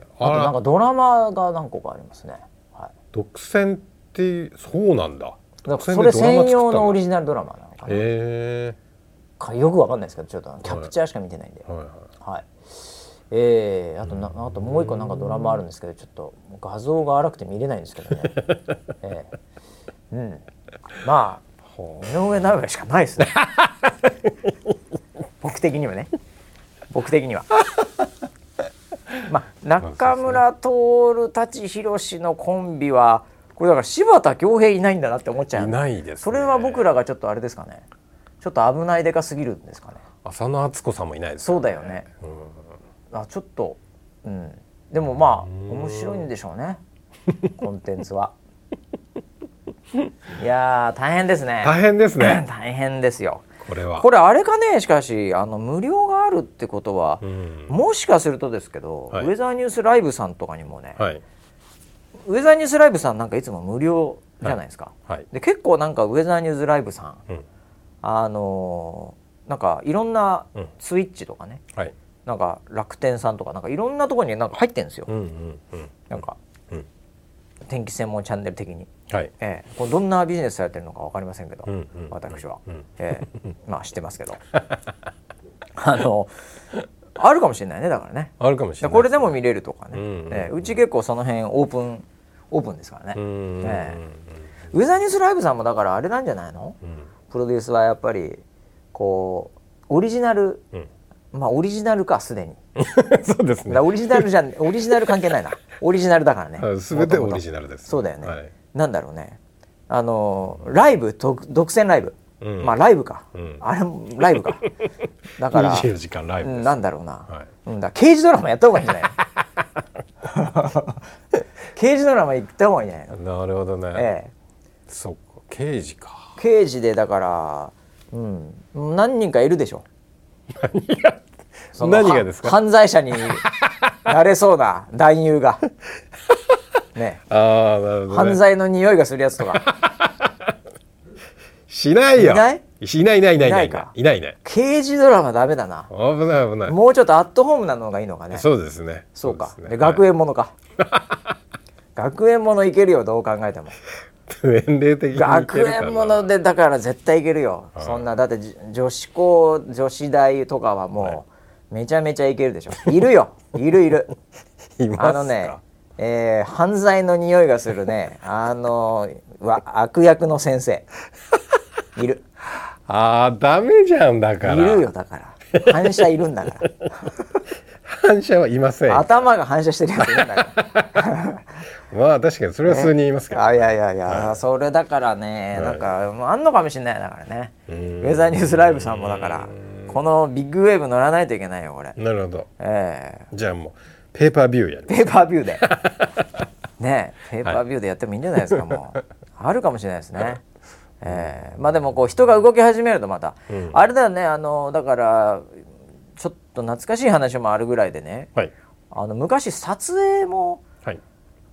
B: え、
A: あと
B: あ
A: なん
B: ら
A: かドラマが何個かありますね、はい、
B: 独占ってそうなんだ
A: だ
B: 独
A: から
B: 占
A: それ専用のオ
B: へ
A: リジナルドラマなのかな
B: え
A: かよくわかんないですけどちょっとあのキャプチャーしか見てないんで、
B: はいはい
A: はい。えー、あとなあともう一個なんかドラマあるんですけどちょっと画像が荒くて見れないんですけ どね、えーうん、まあ井上尚弥しかないですね 僕的にはね僕的に はまあ中村徹舘ひろしのコンビはこれだから柴田恭平いないんだなって思っちゃう
B: いないです、ね、
A: それは僕らがちょっとあれですかねちょっと危ないでかすぎるんですかね
B: 浅野敦子さんもいないです
A: そうだよね。あちょっと、うん、でもまあ面白いんでしょうね。コンテンツは。 いやー大変ですね。
B: 大変です ね
A: 大変ですよ。
B: これは
A: これあれかねしかしあの無料があるってことは、
B: ん
A: もしかするとですけど、
B: はい
A: ウェザーニュースライブさんとかにもね、
B: はい
A: ウェザーニュースライブさんなんかいつも無料じゃないですか。
B: はい
A: で結構なんかウェザーニュースライブさん、
B: うん
A: あのーなんかいろんな
B: うん
A: ツイッチとかね、
B: はい
A: なんか楽天さんとかなんかいろんなところになんか入ってるんですよ、
B: うんうんうん
A: なんか、
B: うん
A: 天気専門チャンネル的に、
B: はい
A: ええ、これどんなビジネスされてるのか分かりませんけど、
B: うんうん
A: 私は、
B: うん
A: ええ、まあ知ってますけど あのあるかもしれないねだからね
B: あるかもしれない
A: これでも見れるとかね、
B: うんうんうん
A: ええうち結構その辺オープンオープンですからね、
B: うんうんうん
A: えウェザーニュースライブさんもだからあれなんじゃないの
B: うん
A: プロデュースはやっぱりこうオリジナル
B: うん
A: まあオリジナルかすでに
B: そうで
A: だ
B: すね
A: からオリジナルじゃんオリジナル関係ないなオリジナルだからね
B: はい全てオリジ
A: ル
B: ナルです
A: そうだよね、
B: はい
A: なんだろうねあのーライブ独独占ライブ、
B: うん
A: まあライブか、
B: うん
A: あれもライブかだから
B: 24時間 ライ
A: う
B: ブで
A: ん
B: す
A: なんだろうな、
B: はい
A: うん、だから刑事ドラマやった方がいいんじゃない の刑事ドラマ行った方がいいんじゃないの、
B: なるほどね
A: ええ
B: そっか刑事か
A: 刑事でだから、うん、何人かいるでしょその
B: 何がです
A: は
B: か
A: 犯罪者になれそうな男優 がね
B: ああなるほど
A: 犯
B: ね
A: 罪の匂いがするやつと か
B: しないよ
A: いない
B: しないいないいないいない
A: いないか
B: いないいない
A: 刑事ドラマダメだな
B: 危ない危ない
A: もうちょっとアットホームなのがいいのかねそう
B: そうですね
A: か
B: そうです
A: で
B: ね
A: 学園ものか学園ものいけるよどう考えても
B: はい年齢的にいけるかな
A: 学園ものでだから絶対いけるよ、そんなだってじ女子校女子大とかはもうめちゃめちゃいけるでしょいるよいるいる
B: いますか
A: あのね、えー犯罪の匂いがするねあのわ悪役の先生いる
B: ああダメじゃんだから
A: いるよだから反射いるんだか
B: 反射はいません
A: ら頭が反射してるやついるんだから
B: まあ確かにそれは数人いますけど、
A: あいやいやいや、それだからね、なんかもうあんのかもしれないだからねウェザーニュースライブさんもだからこのビッグウェーブ乗らないといけないよこれ、
B: なるほど
A: え
B: じゃあもうペーパービューやる
A: えペーパービュー でねえペーパービューでやってもいいんじゃないですか、もうあるかもしれないですね、ええまあでもこう人が動き始めるとまた、あれだよねあのだからちょっと懐かしい話もあるぐらいでね
B: はい
A: あの昔撮影も
B: はい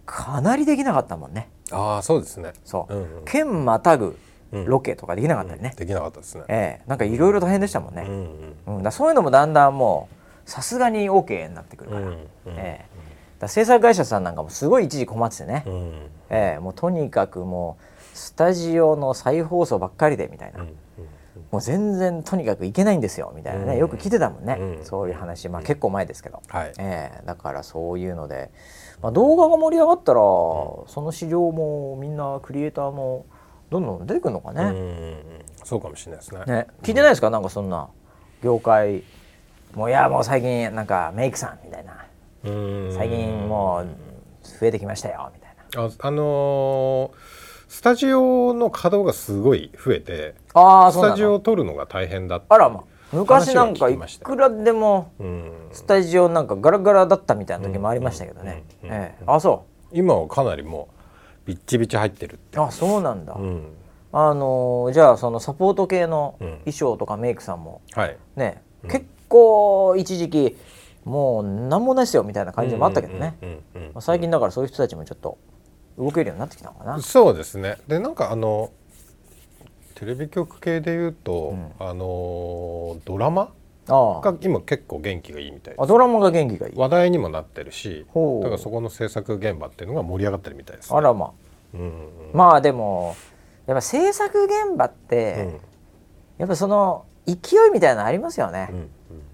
A: かなりできなかったもんね
B: ああそうですね
A: そう、
B: んうん
A: 県またぐロケとかできなかったりね、
B: できなかったですね
A: ええなんかいろいろ大変でしたもん
B: う
A: ね、
B: ん
A: うんだからそういうのもだんだんもうさすがに OK になってくるか
B: う
A: ら,、
B: ん
A: ええだから制作会社さんなんかもすごい一時困っててね、
B: うんうん
A: ええもうとにかくもうスタジオの再放送ばっかりでみたいな、もう全然とにかく行けないんですよみたいなね、よく聞いてたもんね、
B: うん
A: そういう話、まあ、結構前ですけど、
B: はい
A: ええだからそういうので、まあ、動画が盛り上がったら、その市場もみんなクリエイターもどんどん出てくるのか
B: うんう
A: ね,、
B: んそうかもしれないですね
A: ね聞いてないですかなんかそんな業界もういやもう最近なんかメイクさんみたいな
B: うん
A: 最近もう増えてきましたよみたいな
B: ああのースタジオの稼働がすごい増えて
A: ああ
B: ス
A: そうな
B: タジオ
A: の
B: を撮るのが大変だって
A: あらまあ昔なんか
B: 話を聞
A: い
B: きました
A: くらでも
B: うん
A: スタジオなんかガラガラだったみたいな時もありましたけどね、ええあそう
B: 今はかなりもうビッチビチ入ってる
A: あそうなんだ、
B: うん
A: まあのーじゃあそのサポート系の
B: うん
A: 衣装とかメイクさんも
B: はい
A: ね、結構一時期もう何もないっすよみたいな感じもあったけどね、
B: うんうんうんうん
A: まあ最近だからそういう人たちもちょっと動けるようになってきたのかな、
B: そうですねでなんかあのテレビ局系で言うと、あのドラマ
A: ああ
B: が今結構元気がいいみたいで
A: あ
B: す
A: ドラマが元気がいい
B: 話題にもなってるし
A: ほう
B: だからそこの制作現場っていうのが盛り上がってるみたいです、ね、
A: あらま
B: うんうん
A: あまあでもやっぱ制作現場って、
B: うん
A: やっぱその勢いみたいなのありますよね、
B: うんうん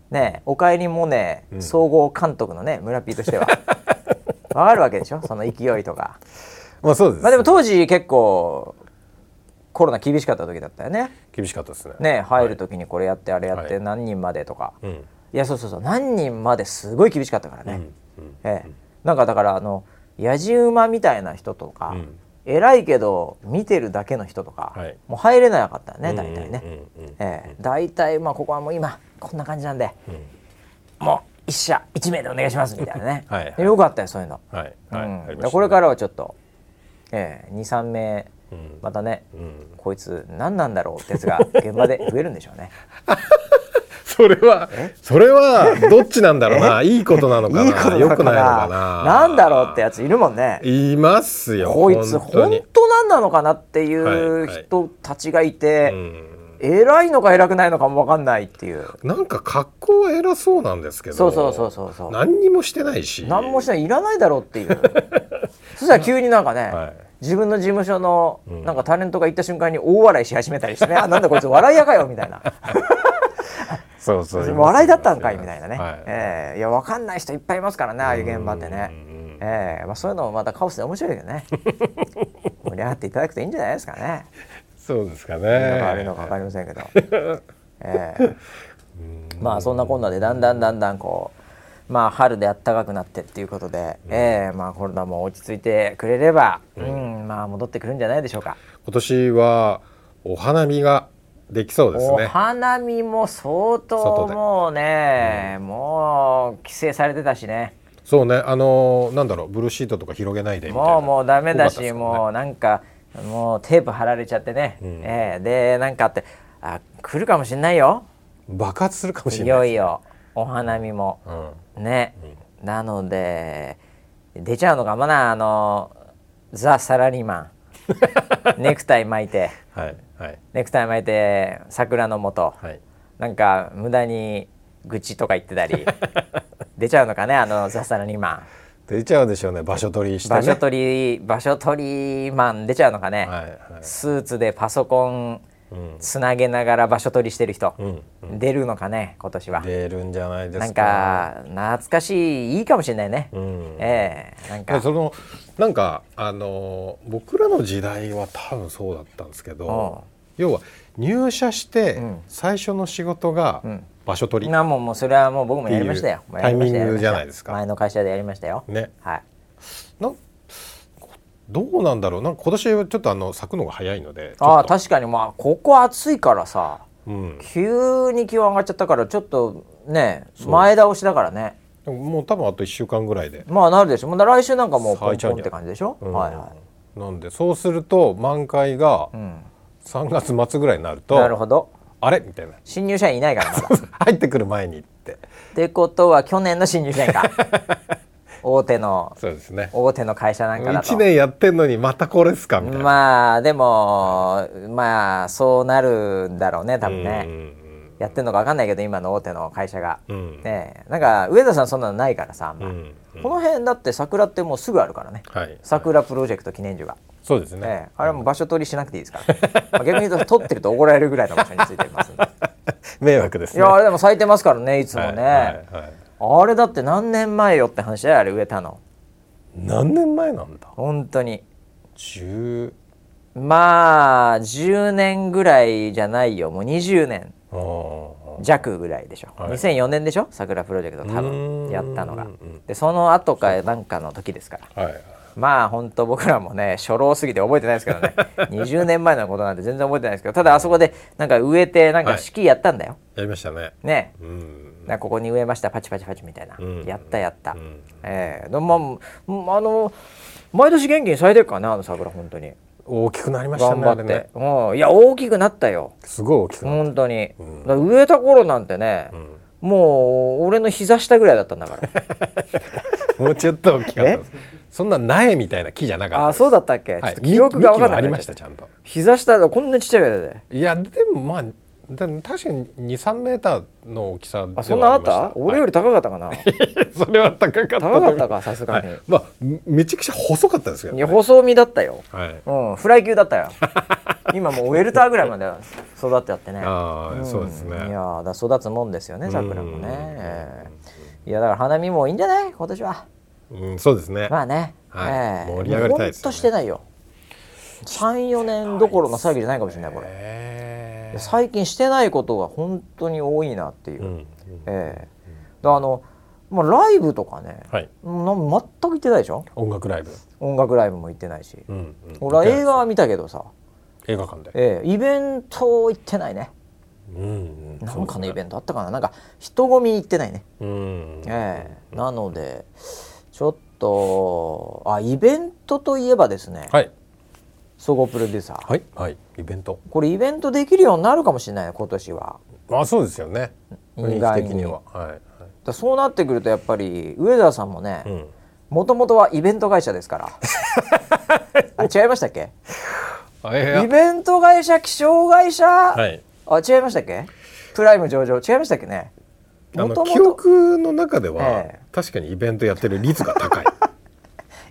A: ねえおかえりモネ
B: うん
A: 総合監督のね村 P として はわかるわけでしょその勢いとか
B: まあそうです、
A: まあでも当時結構コロナ厳しかった時だったよね
B: 厳しかったですね
A: ねえ入る時にこれやってあれやって
B: はい
A: 何人までとか、
B: うん
A: いやそうそうそう何人まですごい厳しかったからね、
B: うんうん
A: ええ、なんかだからあのやじ馬みたいな人とか、
B: うん
A: 偉いけど見てるだけの人とか、
B: はい
A: もう入れなかったよね大体ね、
B: うんうんうん
A: ええ、大体まあここはもう今こんな感じなんで、もう一社一名でお願いしますみたいなね
B: はいはい
A: でよかったよそういうの、
B: はいはい、
A: うん
B: ありましたね
A: これからはちょっと、ええ、23名
B: ん
A: またね、
B: ん
A: こいつ何なんだろうってや つが現場で増えるんでしょうね
B: それはそれはどっちなんだろうないいことなのかない
A: いこと
B: よ
A: なのか
B: くないの
A: な
B: か
A: な
B: な
A: んだろうってやついるもんね
B: いますよ
A: こいつ
B: 本当
A: 本
B: に
A: 当なんなのかなっていう
B: はいはい
A: 人たちがいて、
B: うん
A: 偉いのか偉くないのかも分かんないっていう
B: なんか格好は偉そうなんですけど
A: そうそうそうそうそう
B: 何にもしてないし
A: 何もしないいらないだろうっていう そしたら急になんかね、
B: はい
A: 自分の事務所のなんかタレントが行った瞬間に大笑いし始めたりしてね、あなんだこいつ笑いやかよみ たいな
B: そうそう
A: 笑いだったんかいみたいなね、
B: はい
A: ええいや分かんない人いっぱいいますからねああいう現場ってね
B: うんうんうん
A: ええまあ、そういうのもまたカオスで面白いけど ね盛り上がっていただくといいんじゃないですかね。
B: そうですかね
A: なんかあるのか分かりませ んけど、ええまあそんなこんなでだんだんだんだんこう、まあ、春で暖かくなってっていうことで、ええまあ、コロナも落ち着いてくれれば、うんまあ、戻ってくるんじゃないでしょうか、
B: 今年はお花見ができそうです
A: お
B: ね
A: 花見も相当
B: 外で
A: もうね、もう規制されてたしね
B: そうねあのーなんだろうブルーシートとか広げないでみたいな
A: もうもうダメだし、
B: 多かったですからね
A: もうなんかもうテープ貼られちゃってね、ええでなんかあってあ来るかもしんないよ
B: 爆発するかもし
A: い
B: れな
A: よ
B: い
A: いよお花見も。
B: うん
A: ね、なので出ちゃうのかもなあのザ・サラリーマ ンネクタイ巻いて
B: はいはい
A: ネクタイ巻いて桜の下
B: はい
A: なんか無駄に愚痴とか言ってた り出ちゃうのかねあのザ・サラリーマ
B: 出ちゃうでしょうね場所取りし
A: ン
B: てね
A: 場所取り場所取りマン出ちゃうのかね、
B: はいは
A: スーツでパソコン
B: い、うん
A: つなげながら場所取りしてる人、
B: うん
A: 出るのかね今年は
B: 出るんじゃないですか
A: なんか懐かしいいいかもしれないね、
B: うん
A: ええなんか
B: でそのなんかあのー僕らの時代は多分そうだったんですけど要は入社して
A: ん
B: 最初の仕事が
A: ん
B: 場所取り、
A: なもうもうそれはもう僕もやりましたよ
B: っていう
A: もうやりましたよ
B: タイミングじゃないですか
A: 前の会社でやりましたよ
B: ね
A: はい
B: なんどうなんだろうなんか今年はちょっとあの咲くのが早いので
A: ああ
B: ちょっ
A: 確かにまあここ暑いからさ
B: とうん、
A: 急に気温上がっちゃったからちょっとね前倒しだからね
B: でももう多分あと1週間ぐらいで、
A: まあなるでしょもう来週なんかもうポ
B: 咲
A: ン
B: いちゃう
A: ポンっ
B: んじ
A: て
B: ゃない
A: 感じでしょ、
B: うん
A: はいは
B: なんでそうすると満開が
A: い、うん、
B: 3月末ぐらいになると、
A: なるほど
B: あれみたいな
A: 新入社員いないからまだ
B: 入ってくる前にって
A: ってことは去年の新入社員 か大手の
B: そうですね
A: 大手の会社なんかだと
B: 1年やってんのにまたこれですかみたいな、
A: まあでもまあそうなるんだろうね多分ね、
B: うん
A: やってんのか分かんないけど今の大手の会社が、
B: うんうん
A: ねえなんか上田さんそんなのないからさ、あん
B: う
A: ま
B: ん
A: この辺だって桜ってもうすぐあるからね
B: はい
A: 桜プロジェクト記念樹が、
B: そうですね、
A: ええあれはもう場所取りしなくていいですから、まあ逆に言うと取ってると怒られるぐらいの場所についてます んで
B: 迷惑です
A: い
B: ね
A: やあれでも咲いてますからねいつもね、
B: はいはいはい
A: あれだって何年前よって話だよあれ植えたの
B: 何年前なんだ
A: 本当に
B: 10
A: まあ10年ぐらいじゃないよもう20年
B: あー
A: 弱ぐらいでしょ、
B: はい
A: 2004年でしょ桜プロジェクト多
B: うー
A: 分
B: ん
A: やったのがでその後かなんかの時ですから
B: はいはい
A: まあ本当僕らもね初老すぎて覚えてないですけど ね20年前のことなんて全然覚えてないですけどただあそこでなんか植えてなんか式やったんだよ、
B: やりましたね
A: ね
B: うん
A: なんかここに植えましたパチパチパチみたいな、
B: ん
A: やったやった、
B: ん
A: ええでもまあうんあの毎年元気に咲いてるからねあの桜本当に
B: 大きくなりました
A: 頑
B: ね
A: 張
B: あ
A: っ
B: れ
A: て、
B: ね
A: うんいや大きくなったよ
B: すごい大きくなっ
A: 本当に、
B: ん
A: だから植えた頃なんてね、
B: た、うん
A: もう俺の膝下ぐらいだったん だから
B: も うちょっと大きかったですそんな苗みたいな木じゃなかった
A: あ
B: です
A: そうだったっけ、ちょ
B: は
A: っ
B: い
A: と記憶が分かん
B: 幹は
A: な
B: あ
A: い
B: りましたちゃんと
A: 膝下だこんなちっちゃいぐらいだね
B: いやでもまあでも確かに23メーターの大きさでは
A: あそんなあっ
B: り
A: た
B: ました
A: 俺より高かったかな、
B: はい それは高かったと思
A: 高か
B: います
A: ったかさすがに、
B: はい、まあめめちゃくちゃ細かったですけど、
A: い
B: ね
A: や、細身だったよ
B: はい
A: うんフライ級だった よ今もうウェルターぐらいまで育ってやってね
B: ああ、
A: ん
B: そうですね
A: いやーだから育つもんですよね桜も
B: うん
A: ね、ええいやだから花見もいいんじゃない今年は
B: うんそうですね、
A: まあね、
B: はい
A: ええ
B: 盛り上がりたいで
A: もう
B: すよね
A: ほんとしてないよ34年どころの騒ぎじゃないかもしれないこれ
B: えー
A: 最近してないことが本当に多いなっていう、
B: うんうん
A: ええだからあの、まあ、ライブとかね、
B: はい
A: なん全く行ってないでしょ
B: 音楽ライブ、
A: 音楽ライブも行ってないし、
B: うんうん
A: 俺は映画は見たけどさ、
B: 映画館で、
A: ええイベント行ってないね
B: うんうん、
A: なんかのイベ
B: ン
A: ントあったかななんか人混みに行ってないね、
B: ト、うんうん
A: ええなのでちょっとあイベントといえばですね、
B: はい
A: 総合プロデューサー
B: はいはいイベント
A: これイベントできるようになるかもしれないね今年は。
B: あそうですよね雰
A: 意
B: 囲気
A: 外
B: 的
A: に
B: にはは
A: だそうなってくるとやっぱり上澤さんもね
B: い、はい、うん
A: もともとはイベント会社です からあ違いましたっけ
B: あい
A: イベント会社気象会社、
B: はい
A: あ違いましたっけプライム上場違いましたっけね
B: あ
A: も
B: の
A: とも
B: 記
A: と
B: 憶の中では、
A: ええ
B: 確かにイベントやってる率が 高い
A: い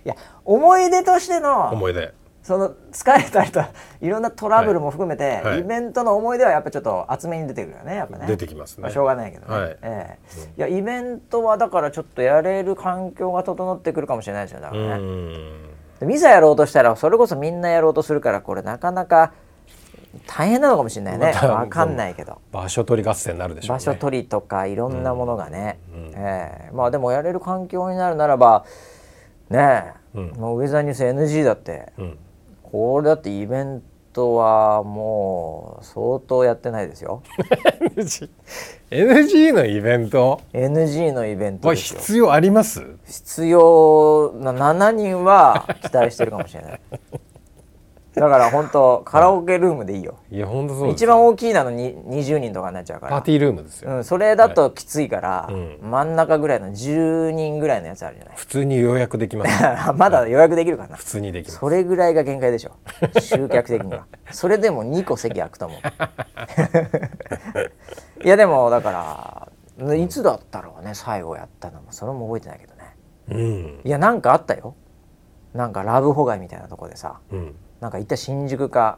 A: や思い出としての
B: 思 い出
A: その疲れたりといろんなトラブルも含めて、
B: はい
A: イベントの思い出はやっぱちょっと厚めに出てくるよねやっぱね
B: 出てきますね
A: まあ、しょうがないけどね、
B: はい
A: ええいやイベントはだからちょっとやれる環境が整ってくるかもしれないですよねだか
B: う
A: らね、
B: ん
A: でもいざやろうとしたらそれこそみんなやろうとするからこれなかなか大変なのかもしれないね、
B: また
A: わかんないけど
B: 場所取り合戦になるでしょ
A: 場
B: うね
A: 所取りとかいろんなものがね、
B: うんうん
A: ええまあでもやれる環境になるならばねえ、
B: うん
A: もうウェザーニュース NG だって
B: うん
A: これだってイベントはもう相当やってないです よ
B: NG, NG のイベント
A: NG のイベント
B: は
A: ですよ
B: 必要あります
A: 必要な7人は期待してるかもしれ ないだから本当カラオケルームでいいよ、
B: いや本当そうです
A: 一番大きいなのに20人とかになっちゃうか
B: パー
A: ら
B: ティールームですよ、
A: うん、それだときついから、
B: うん
A: 真ん中ぐらいの10人ぐらい のやつあるじゃ
B: 普通に予約できます
A: ないまだ予約できるかな
B: 普通にできます
A: それぐらいが限界でしょ集客的にはそれでも2個席空くと思う いやでもだからいつだったろうね最後やったのもそれも覚えてないけどね
B: うん
A: いやなんかあったよなんかラブホ街みたいなとこでさ
B: うん
A: なんか行った新宿か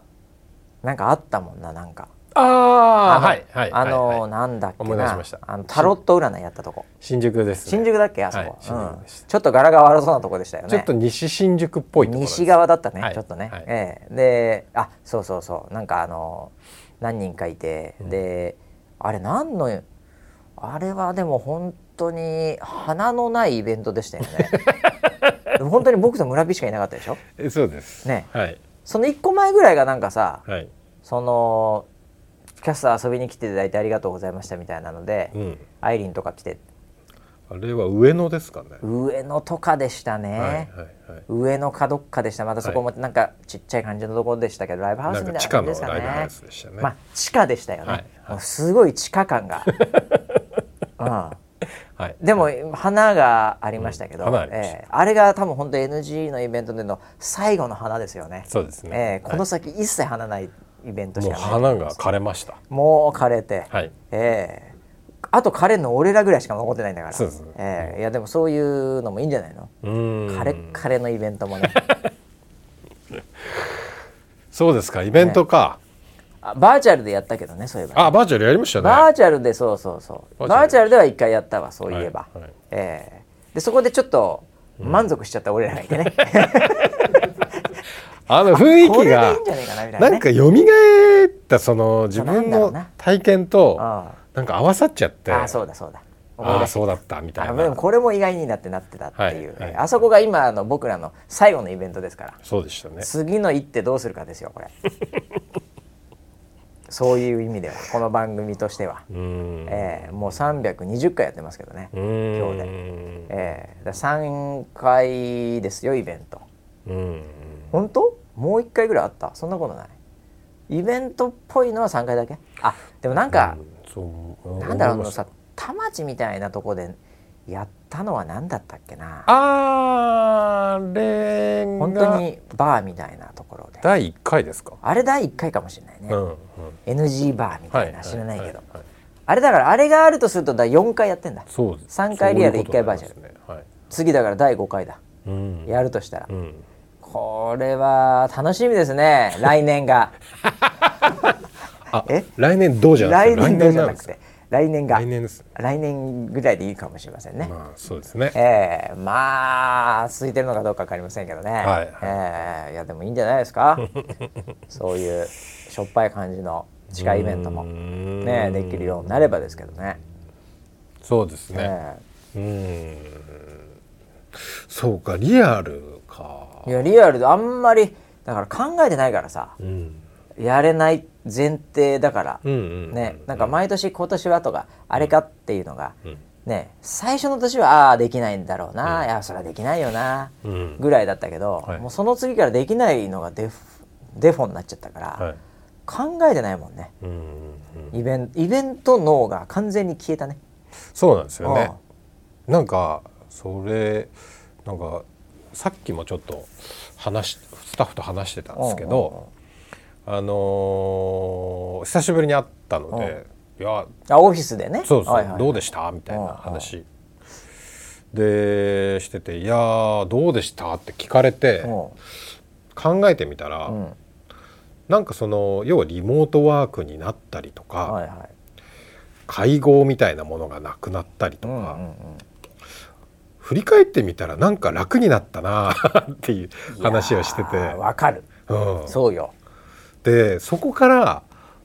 A: なんかあったもんななんか
B: あ
A: あ
B: あ
A: の
B: はいはい
A: あの、
B: はいはい
A: なんだっけ
B: 思い出しました
A: なあのタロット占いやったとこ
B: 新宿です、ね、
A: 新宿だっけあそ
B: はい
A: こ、
B: 新
A: う
B: 宿
A: ん
B: でした
A: ちょっと柄が悪そうなとこでしたよね
B: ちょっと西新宿っぽいところです
A: 西側だったね、
B: はい
A: ちょっとね、
B: はい
A: ええであそうそうそうなんかあの何人かいて、であれ何のあれはでも本当に花のないイベントでしたよ ねでも本当に僕と村人しかいなかったでしょ
B: えそうです
A: ね
B: はい
A: その1個前ぐらいがなんかさ
B: はい
A: そのキャスター遊びに来ていただいてありがとうございましたみたいなので、
B: うん
A: アイリンとか来て
B: あれは上野ですかね、
A: 上野とかでしたね、
B: はいはいはい
A: 上野かどっかでしたまたそこもなんかちっちゃい感じのところでしたけど、ライブハウ
B: な
A: ス
B: ん
A: み
B: か
A: たい
B: 地
A: な
B: 下
A: 感じ
B: の
A: ですか
B: ラ
A: ね
B: イブハウスでしたね、
A: まあ地下でしたよね、
B: はいはい
A: もうすごい地下感が、
B: はい
A: うん、でも花がありましたけど、
B: うん花ありました
A: ええあれが多分本当 NG のイベントでの最後の花ですよね
B: そうです
A: え
B: ね
A: えこの
B: は
A: 先一切花ないイベント
B: い
A: し
B: もう
A: かない
B: 花が枯れました
A: もう枯れて、
B: はい
A: ええあと枯れるの俺らぐらいしか残ってないんだから
B: そうですね
A: ええいやでもそういうのもいいんじゃないの、
B: うん
A: 枯れ枯れのイベントもね
B: そうですかイベントか、
A: あバーチャルでやったけどねそういえばね
B: あバーチャルやりましたね
A: バーチャルでそうそうそうバ
B: バ
A: ー
B: ー
A: チ
B: チ
A: ャルでは一回やったわそういえば、
B: はいはい
A: ええでそこでちょっと満足しちゃった俺らがい てね、
B: あの雰囲
A: これ
B: 気
A: でい
B: が
A: いんじゃないかなみたいな
B: な
A: ね
B: んか蘇ったその自分
A: なんだろう
B: の
A: な
B: 体験と
A: あ
B: なんか合わさっちゃって
A: ああそうだそうだ
B: あ
A: 思い出
B: あ
A: し
B: そうだったみた
A: た
B: い
A: あでも
B: な
A: これも意外になってなってたっていう、
B: はいはい
A: あそこが今の僕らの最後のイベントですから
B: そうでしたね
A: 次の一手どうするかですよこ れそういう意味ではこの番組としては、
B: うーん
A: ええもう320回やってますけどね、
B: うーん
A: 今日ええだから3回ですよイベント
B: うん
A: 本当もう1回ぐらいあったそんなことないイベントっぽいのは3回だけあでもなんか、
B: うんそう思いました
A: なんだろうあのさ田町みたいなとこでやったのは何だったっけな
B: あれが
A: 本当にバーみたいなところで
B: 第一回ですか。
A: あれ第1回かもしれないね、
B: うん、うん、
A: NG バーみたいな、知らないけど、
B: はは
A: あれだからあれがあるとするとだ4回やってんだ
B: そうです。
A: 三回リアル一回バーチャル
B: そういうことになりますね。はい。
A: 次だから第5回だ
B: うん。
A: やるとしたら、
B: うん。
A: これは楽しみですね来年が
B: あ
A: え
B: 来年どうじゃな
A: 来
B: くて
A: 年度じゃな
B: なんで
A: く
B: すか
A: て来年が
B: 来年です。
A: 来年ぐらいでいいかもしれませんね、
B: まあそうですね。
A: ええまあ空いてるのかどうかわかりませんけどね、
B: いはい
A: ええいやでもいいんじゃないです かそういうしょっぱい感じの地下イベントも
B: うーん
A: ねできるようになればですけどね
B: そうですね。
A: え
B: うん。そうかリアルか
A: え。いやリアルであんまりだから考えてないからさ
B: うん。
A: やれない前提だから、
B: うんうん。
A: ね、なんか毎年今年はとかあれかっていうのが、
B: ん
A: ね、最初の年はああーできないんだろうな、いやそれはできないよな、
B: うん
A: ぐらいだったけど、
B: はい
A: もうその次からできないのがデフデフォになっちゃったから、
B: はい。
A: 考えてないもんね
B: うんうんうん。
A: イベンイベント脳が完全に消えたね。
B: そうなんですよね。なんかそれなんかさっきもちょっと話しスタッフと話してたんですけど、あのー久しぶりに会ったので、いや
A: あオフィスでね
B: そうそう、
A: はいはい
B: どうでしたみたいな話でしてて「いやーどうでした?」って聞かれて
A: うん
B: 考えてみたら、
A: うん
B: なんかその要はリモートワークになったりとか、
A: はいはい
B: 会合みたいなものがなくなったりと
A: う
B: か、
A: んうんうん
B: 振り返ってみたらなんか楽になったなっていう話をして
A: い
B: て、
A: やーわかる、
B: うん
A: そうよ
B: でそこから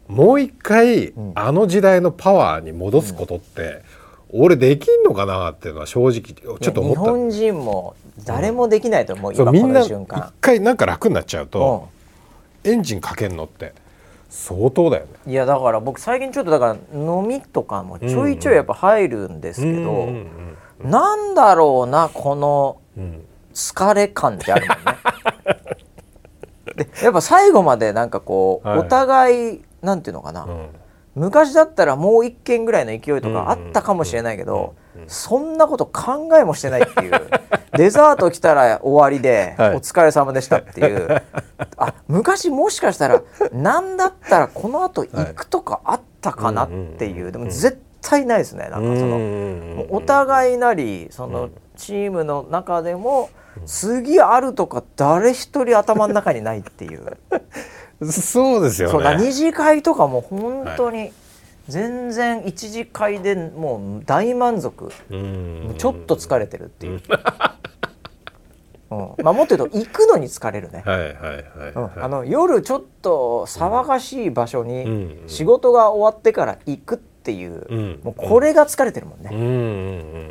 B: もう一回、
A: ん
B: あの時代のパワーに戻すことって、俺できんのかなっていうのは正直ちょっと
A: 日
B: 思ったの
A: 本人も誰もできないと思う、
B: そう
A: 今
B: み
A: こ
B: んな
A: の
B: 一
A: 瞬間
B: 回なんか楽になっちゃうと、
A: う
B: エンジンかけんのって相当だよね。
A: んいやだから僕最近ちょっとだから飲みとかもちょいちょいやっぱ入るんですけど、
B: うんうん
A: なんだろうなこの
B: うんうん
A: 疲れ感ってあるもん ね。でやっぱ最後までなんかこう、
B: はい
A: お互いなんていうのかな、
B: うん
A: 昔だったらもう一件ぐらいの勢いとかあったかもしれないけど、そんなこと考えもしてないっていう デザート来たら終わりで、
B: はい
A: お疲れ様でしたっていう あ昔もしかしたら何だったらこのあと行くとかあったかなっていう、でも絶対ないですねなんかその。もうお互いなりそのチームの中でも次あるとか誰一人頭の中にないっていう
B: そうです
A: そう
B: よ
A: だ
B: ね。
A: 二次会とかも本当に全然一次会でもう大満足
B: うん
A: ちょっと疲れてるっていう、 うんまあ、もっと言うと行くのに疲れるね、
B: はいはいはい
A: うん
B: はい。
A: あの夜ちょっと騒がしい場所に
B: うん
A: 仕事が終わってから行くっていう、
B: うん
A: もうこれが疲れてるもんね、
B: うんうん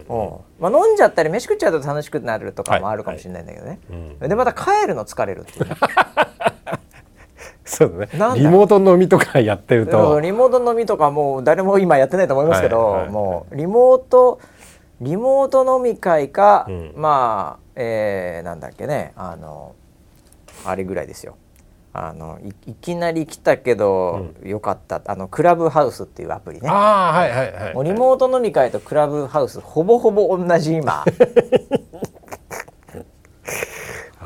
A: うんまあ、飲んじゃったり飯食っちゃうと楽しくなるとかもあるかもしれないんだけどね、
B: うんうん
A: でまた帰るの疲れるっていうねなんだろう
B: そうだね。リモート飲みとかやってる
A: でも
B: と、
A: リモート飲みとかもう誰も今やってないと思いますけど、
B: はいはいはい
A: もうリモートリモート飲み会か、
B: うん
A: まあ、えーなんだっけねあのあれぐらいですよあのいいきなり来たけど、よかったあのクラブハウスっていうアプリね
B: ああはいはいはい。
A: もうリモート飲み会とクラブハウスほぼほぼ同じ今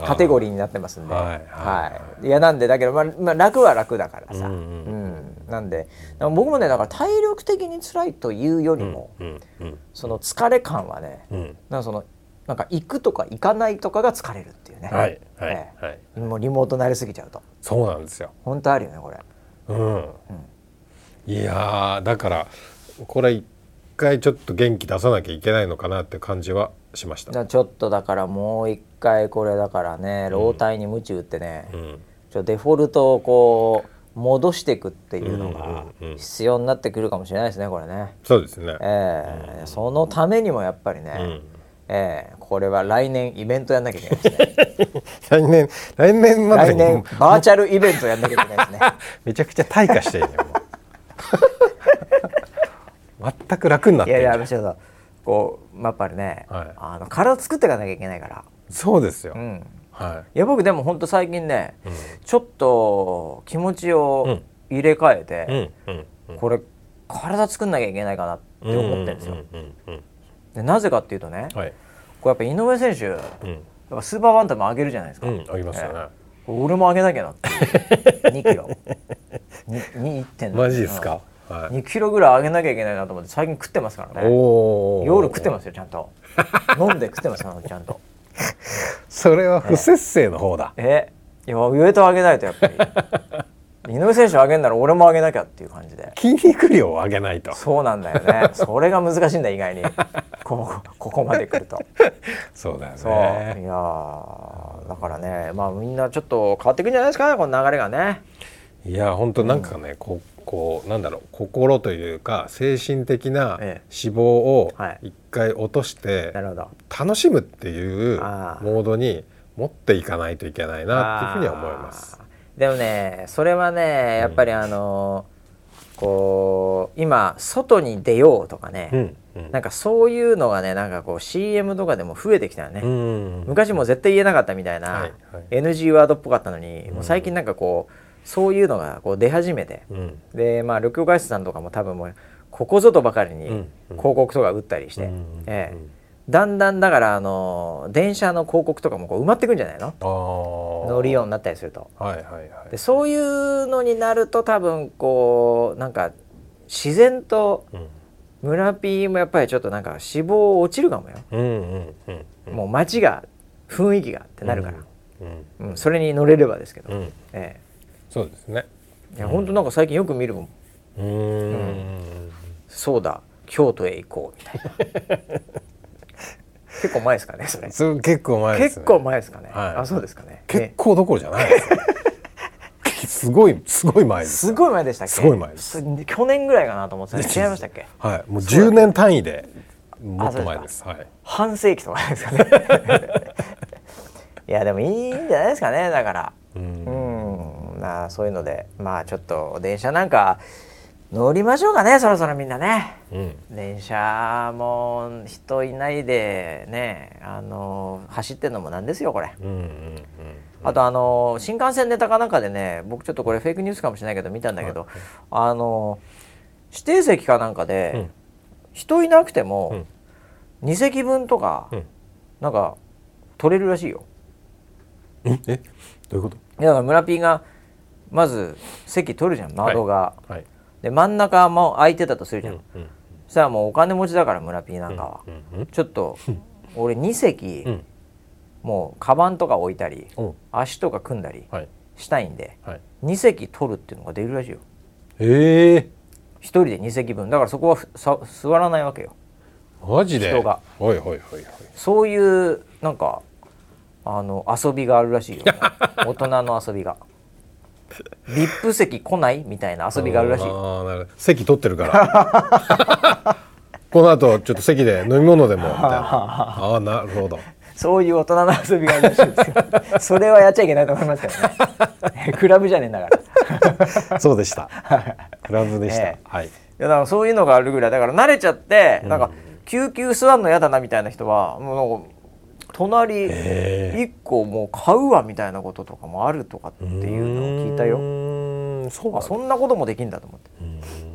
A: カテゴリーになってますんで、
B: はいはい
A: いやなんでだけど、まあまあ、楽は楽だからさ、
B: う
A: うんん
B: うん
A: なんでだから僕もねだから体力的に辛いというよりも、
B: うんうん
A: その疲れ感はね、
B: うん。
A: なんかそのなんか行くとか行かないとかが疲れるっていうね、
B: はいはい
A: ええ
B: はい。
A: もうリモート慣れすぎちゃうと
B: そうなんですよ。
A: 本当あるよねこれ。
B: うん。いやーだからこれ一回ちょっと元気出さなきゃいけないのかなって感じはしまし
A: だ
B: た
A: か。らちょっとだからもう一回これだからね老体に鞭打ってね、
B: うん。
A: ちょデフォルトをこう戻していくっていうのが
B: うんうんうん
A: 必要になってくるかもしれないですねこれね。
B: そうですね。
A: ええそのためにもやっぱりね、
B: ん
A: ええこれは来年イベントやんなきゃいけないですね
B: 来年来年 まで
A: 来
B: に
A: 年バーチャルイベントやんなきゃいけないですね
B: めちゃくちゃ退化してるね。もう 全く楽になっ
A: い
B: て
A: や
B: る
A: い
B: じゃ
A: や
B: ん。
A: ちょっとこうまあやっぱりね、
B: はい
A: あの体作っていかなきゃいけないから
B: そうですよ
A: う。ん
B: はい
A: や僕でも本当最近ね、
B: うん
A: ちょっと気持ちを入れ替えて、
B: うんうんうん
A: これ体作んなきゃいけないかなって思ってるんですよ、
B: うんうんうん
A: でなぜかっていうとね、
B: うんはい
A: これやっぱ井上選手やっ
B: うん
A: ぱスーパーバンタム上げるじゃないですか、
B: うんありますよね、
A: 俺も上げなきゃなって2 キロにに1.7
B: マジですか、はい
A: 2キロぐらい上げなきゃいけないなと思って最近食ってますからね
B: おお
A: 夜食ってますよちゃんと飲んで食ってますからちゃんと
B: それは不節制の方だ、
A: えいやウエイト上げないとやっ ぱり井上選手上げんなら俺も上げなきゃっていう感じで
B: 筋肉量を上げないと
A: そうなんだよねそれが難しいんだ意外にこうここまで来ると
B: そうだよ
A: そう、い
B: ね
A: やーだからねまあみんなちょっと変わっていくんじゃないですかねこの流れがね
B: いや本当なんかね、こうこうなんだろう心というか精神的な脂
A: ええ
B: 肪を
A: はい
B: 一回落として、
A: なるほど
B: 楽しむっていう
A: あー
B: モードに持っていかないといけないなっていうふうには思います。
A: あーでもねそれはねやっぱりあのーこう今外に出ようとかね、
B: うん、うん
A: なんかそういうのがねなんかこう CM とかでも増えてきたよね、
B: うん
A: 昔も絶対言えなかったみたい
B: はい
A: な
B: はい
A: NG ワードっぽかったのに、もう最近なんかこうそういうのがこう出始めて、
B: うん
A: でまあ緑黄外線さんとかも多分もうここぞとばかりに
B: うん
A: 広告とか打ったりして、
B: うん
A: ええ
B: うん
A: だんだんだからあの電車の広告とかもこう埋まってくんじゃないの
B: あー
A: 乗りようになったりすると。
B: はいはいはい
A: でそういうのになると多分こうなんか自然と
B: うん
A: 村 P もやっぱりちょっとなんか脂肪落ちるかもよ、
B: うんうんうんうん
A: もう街が雰囲気がってなるから、
B: うん
A: うんそれに乗れればですけど、
B: うん
A: え
B: そうですね
A: えいや本当なんか最近よく見るもん
B: うーん
A: そうだ京都へ行こうみたいな 結構前ですかねそれ
B: それ結構前です
A: 結
B: ね
A: 構前ですかね、
B: はい
A: あそうですかね
B: 結
A: ね
B: 構どころじゃないですねすごいすごい前です
A: すごい前でしたっけ
B: すごい前です
A: 去年ぐらいかなと思ってたんです違いましたっけ
B: はいもう10年単位でもっと前ですはい
A: 半世紀とかですかね いやでもいいんじゃないですかねだから
B: うん
A: うんまあそういうのでまあちょっと電車なんか乗りましょうかねそろそろみんなね
B: うん
A: 電車も人いないでねあの走ってんのもなんですよこれ
B: うんうんうん
A: あとあの新幹線ネタかなんかでね僕ちょっとこれフェイクニュースかもしれないけど見たんだけど、あの指定席かなんかで、
B: うん
A: 人いなくても、2席分とか、
B: うん
A: なんか取れるらしいよ
B: うんえどういうこと
A: だから村ピーがまず席取るじゃん窓が、
B: はい
A: で真ん中も空いてたとするじゃん、
B: うん
A: そしたらもうお金持ちだから村ピーなんかは、
B: うんうん
A: ちょっと俺2席、
B: うん
A: もうカバンとか置いたり
B: お
A: 足とか組んだり
B: はい
A: したいんで、
B: はい
A: 2席取るっていうのができるらしいよ
B: ええ
A: 1人で2席分だからそこはふさ座らないわけよ
B: マジで
A: 人が
B: はいはいはいはい
A: そういうなんかあの遊びがあるら しいよ大人の遊びが VIP 席来ないみたいな遊びがあるらしいよ
B: ああなるほど席取ってるから この後ちょっと席で飲み物でもみたいなああなるほど
A: そういう大人の遊びがあるらしいですよそれはやっちゃいけないと思いますけど ねクラブじゃねえんだから
B: そう でした。クラブでした。
A: え
B: はい。
A: いやだからそういうのがあるぐらいだから慣れちゃって、なんか救急座んの嫌だなみたいな人はもうなんか隣
B: え
A: 1個もう買うわみたいなこととかもあるとかっていうのを聞いた
B: う
A: よ
B: ーん。そうな
A: あ
B: んだ
A: そんなこともできんだと思って、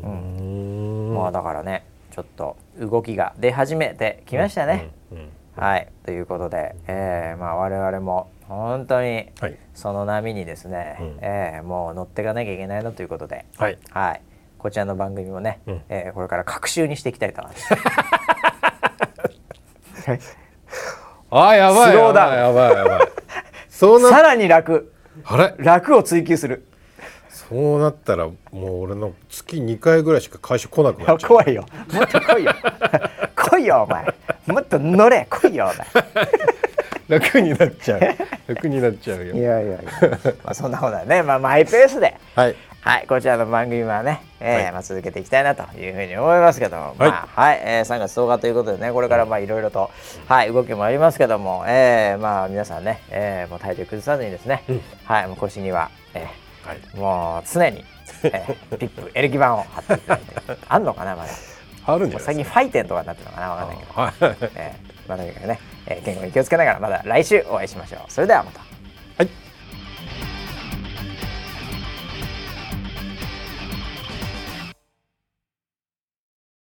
B: うーん
A: まあだからねちょっと動きが出始めてきましたね、
B: うん
A: はいということで、えーまあ、我々も本当に
B: はい。
A: その波にですね、
B: うん
A: えーもう乗っていかなきゃいけないなということで
B: はい。
A: はい、こちらの番組もね、
B: うん
A: えーこれから隔週にしていきたいと思います。はい
B: あーやばい。
A: スローダウン
B: やばいやばいやばい。そうな
A: さらに楽
B: あれ
A: 楽を追求する
B: そうなったらもう俺の月二回ぐらいしか会社来なくなっち ゃう。
A: 怖いよもっと来いよ 来いよお前もっと乗れ来いよお
B: 楽になっちゃう。楽になっちゃ う
A: 前い
B: よ。
A: やいやいや、まあ、そんなことはね、まあ、マイペースで
B: はい。
A: はい、こちらの番組はね、えー
B: はい
A: まあ、続けていきたいなというふうに思いますけども、まあはいえー3月10日ということでねこれからまあいろいろと、はい、動きもありますけども、えーまあ、皆さんね、えーもう体調崩さずにですね、はい、もう腰には、え
B: はい。
A: ーもう常に、えーピップエレキ板を貼っていただいてあんのかなまだ
B: あるんじゃない
A: 最
B: で
A: 近
B: す
A: ファイテンとかになってるのかなわかんないけど、
B: か。はい。
A: えまたね、えー健康に気をつけながらまた来週お会いしましょうそれではまた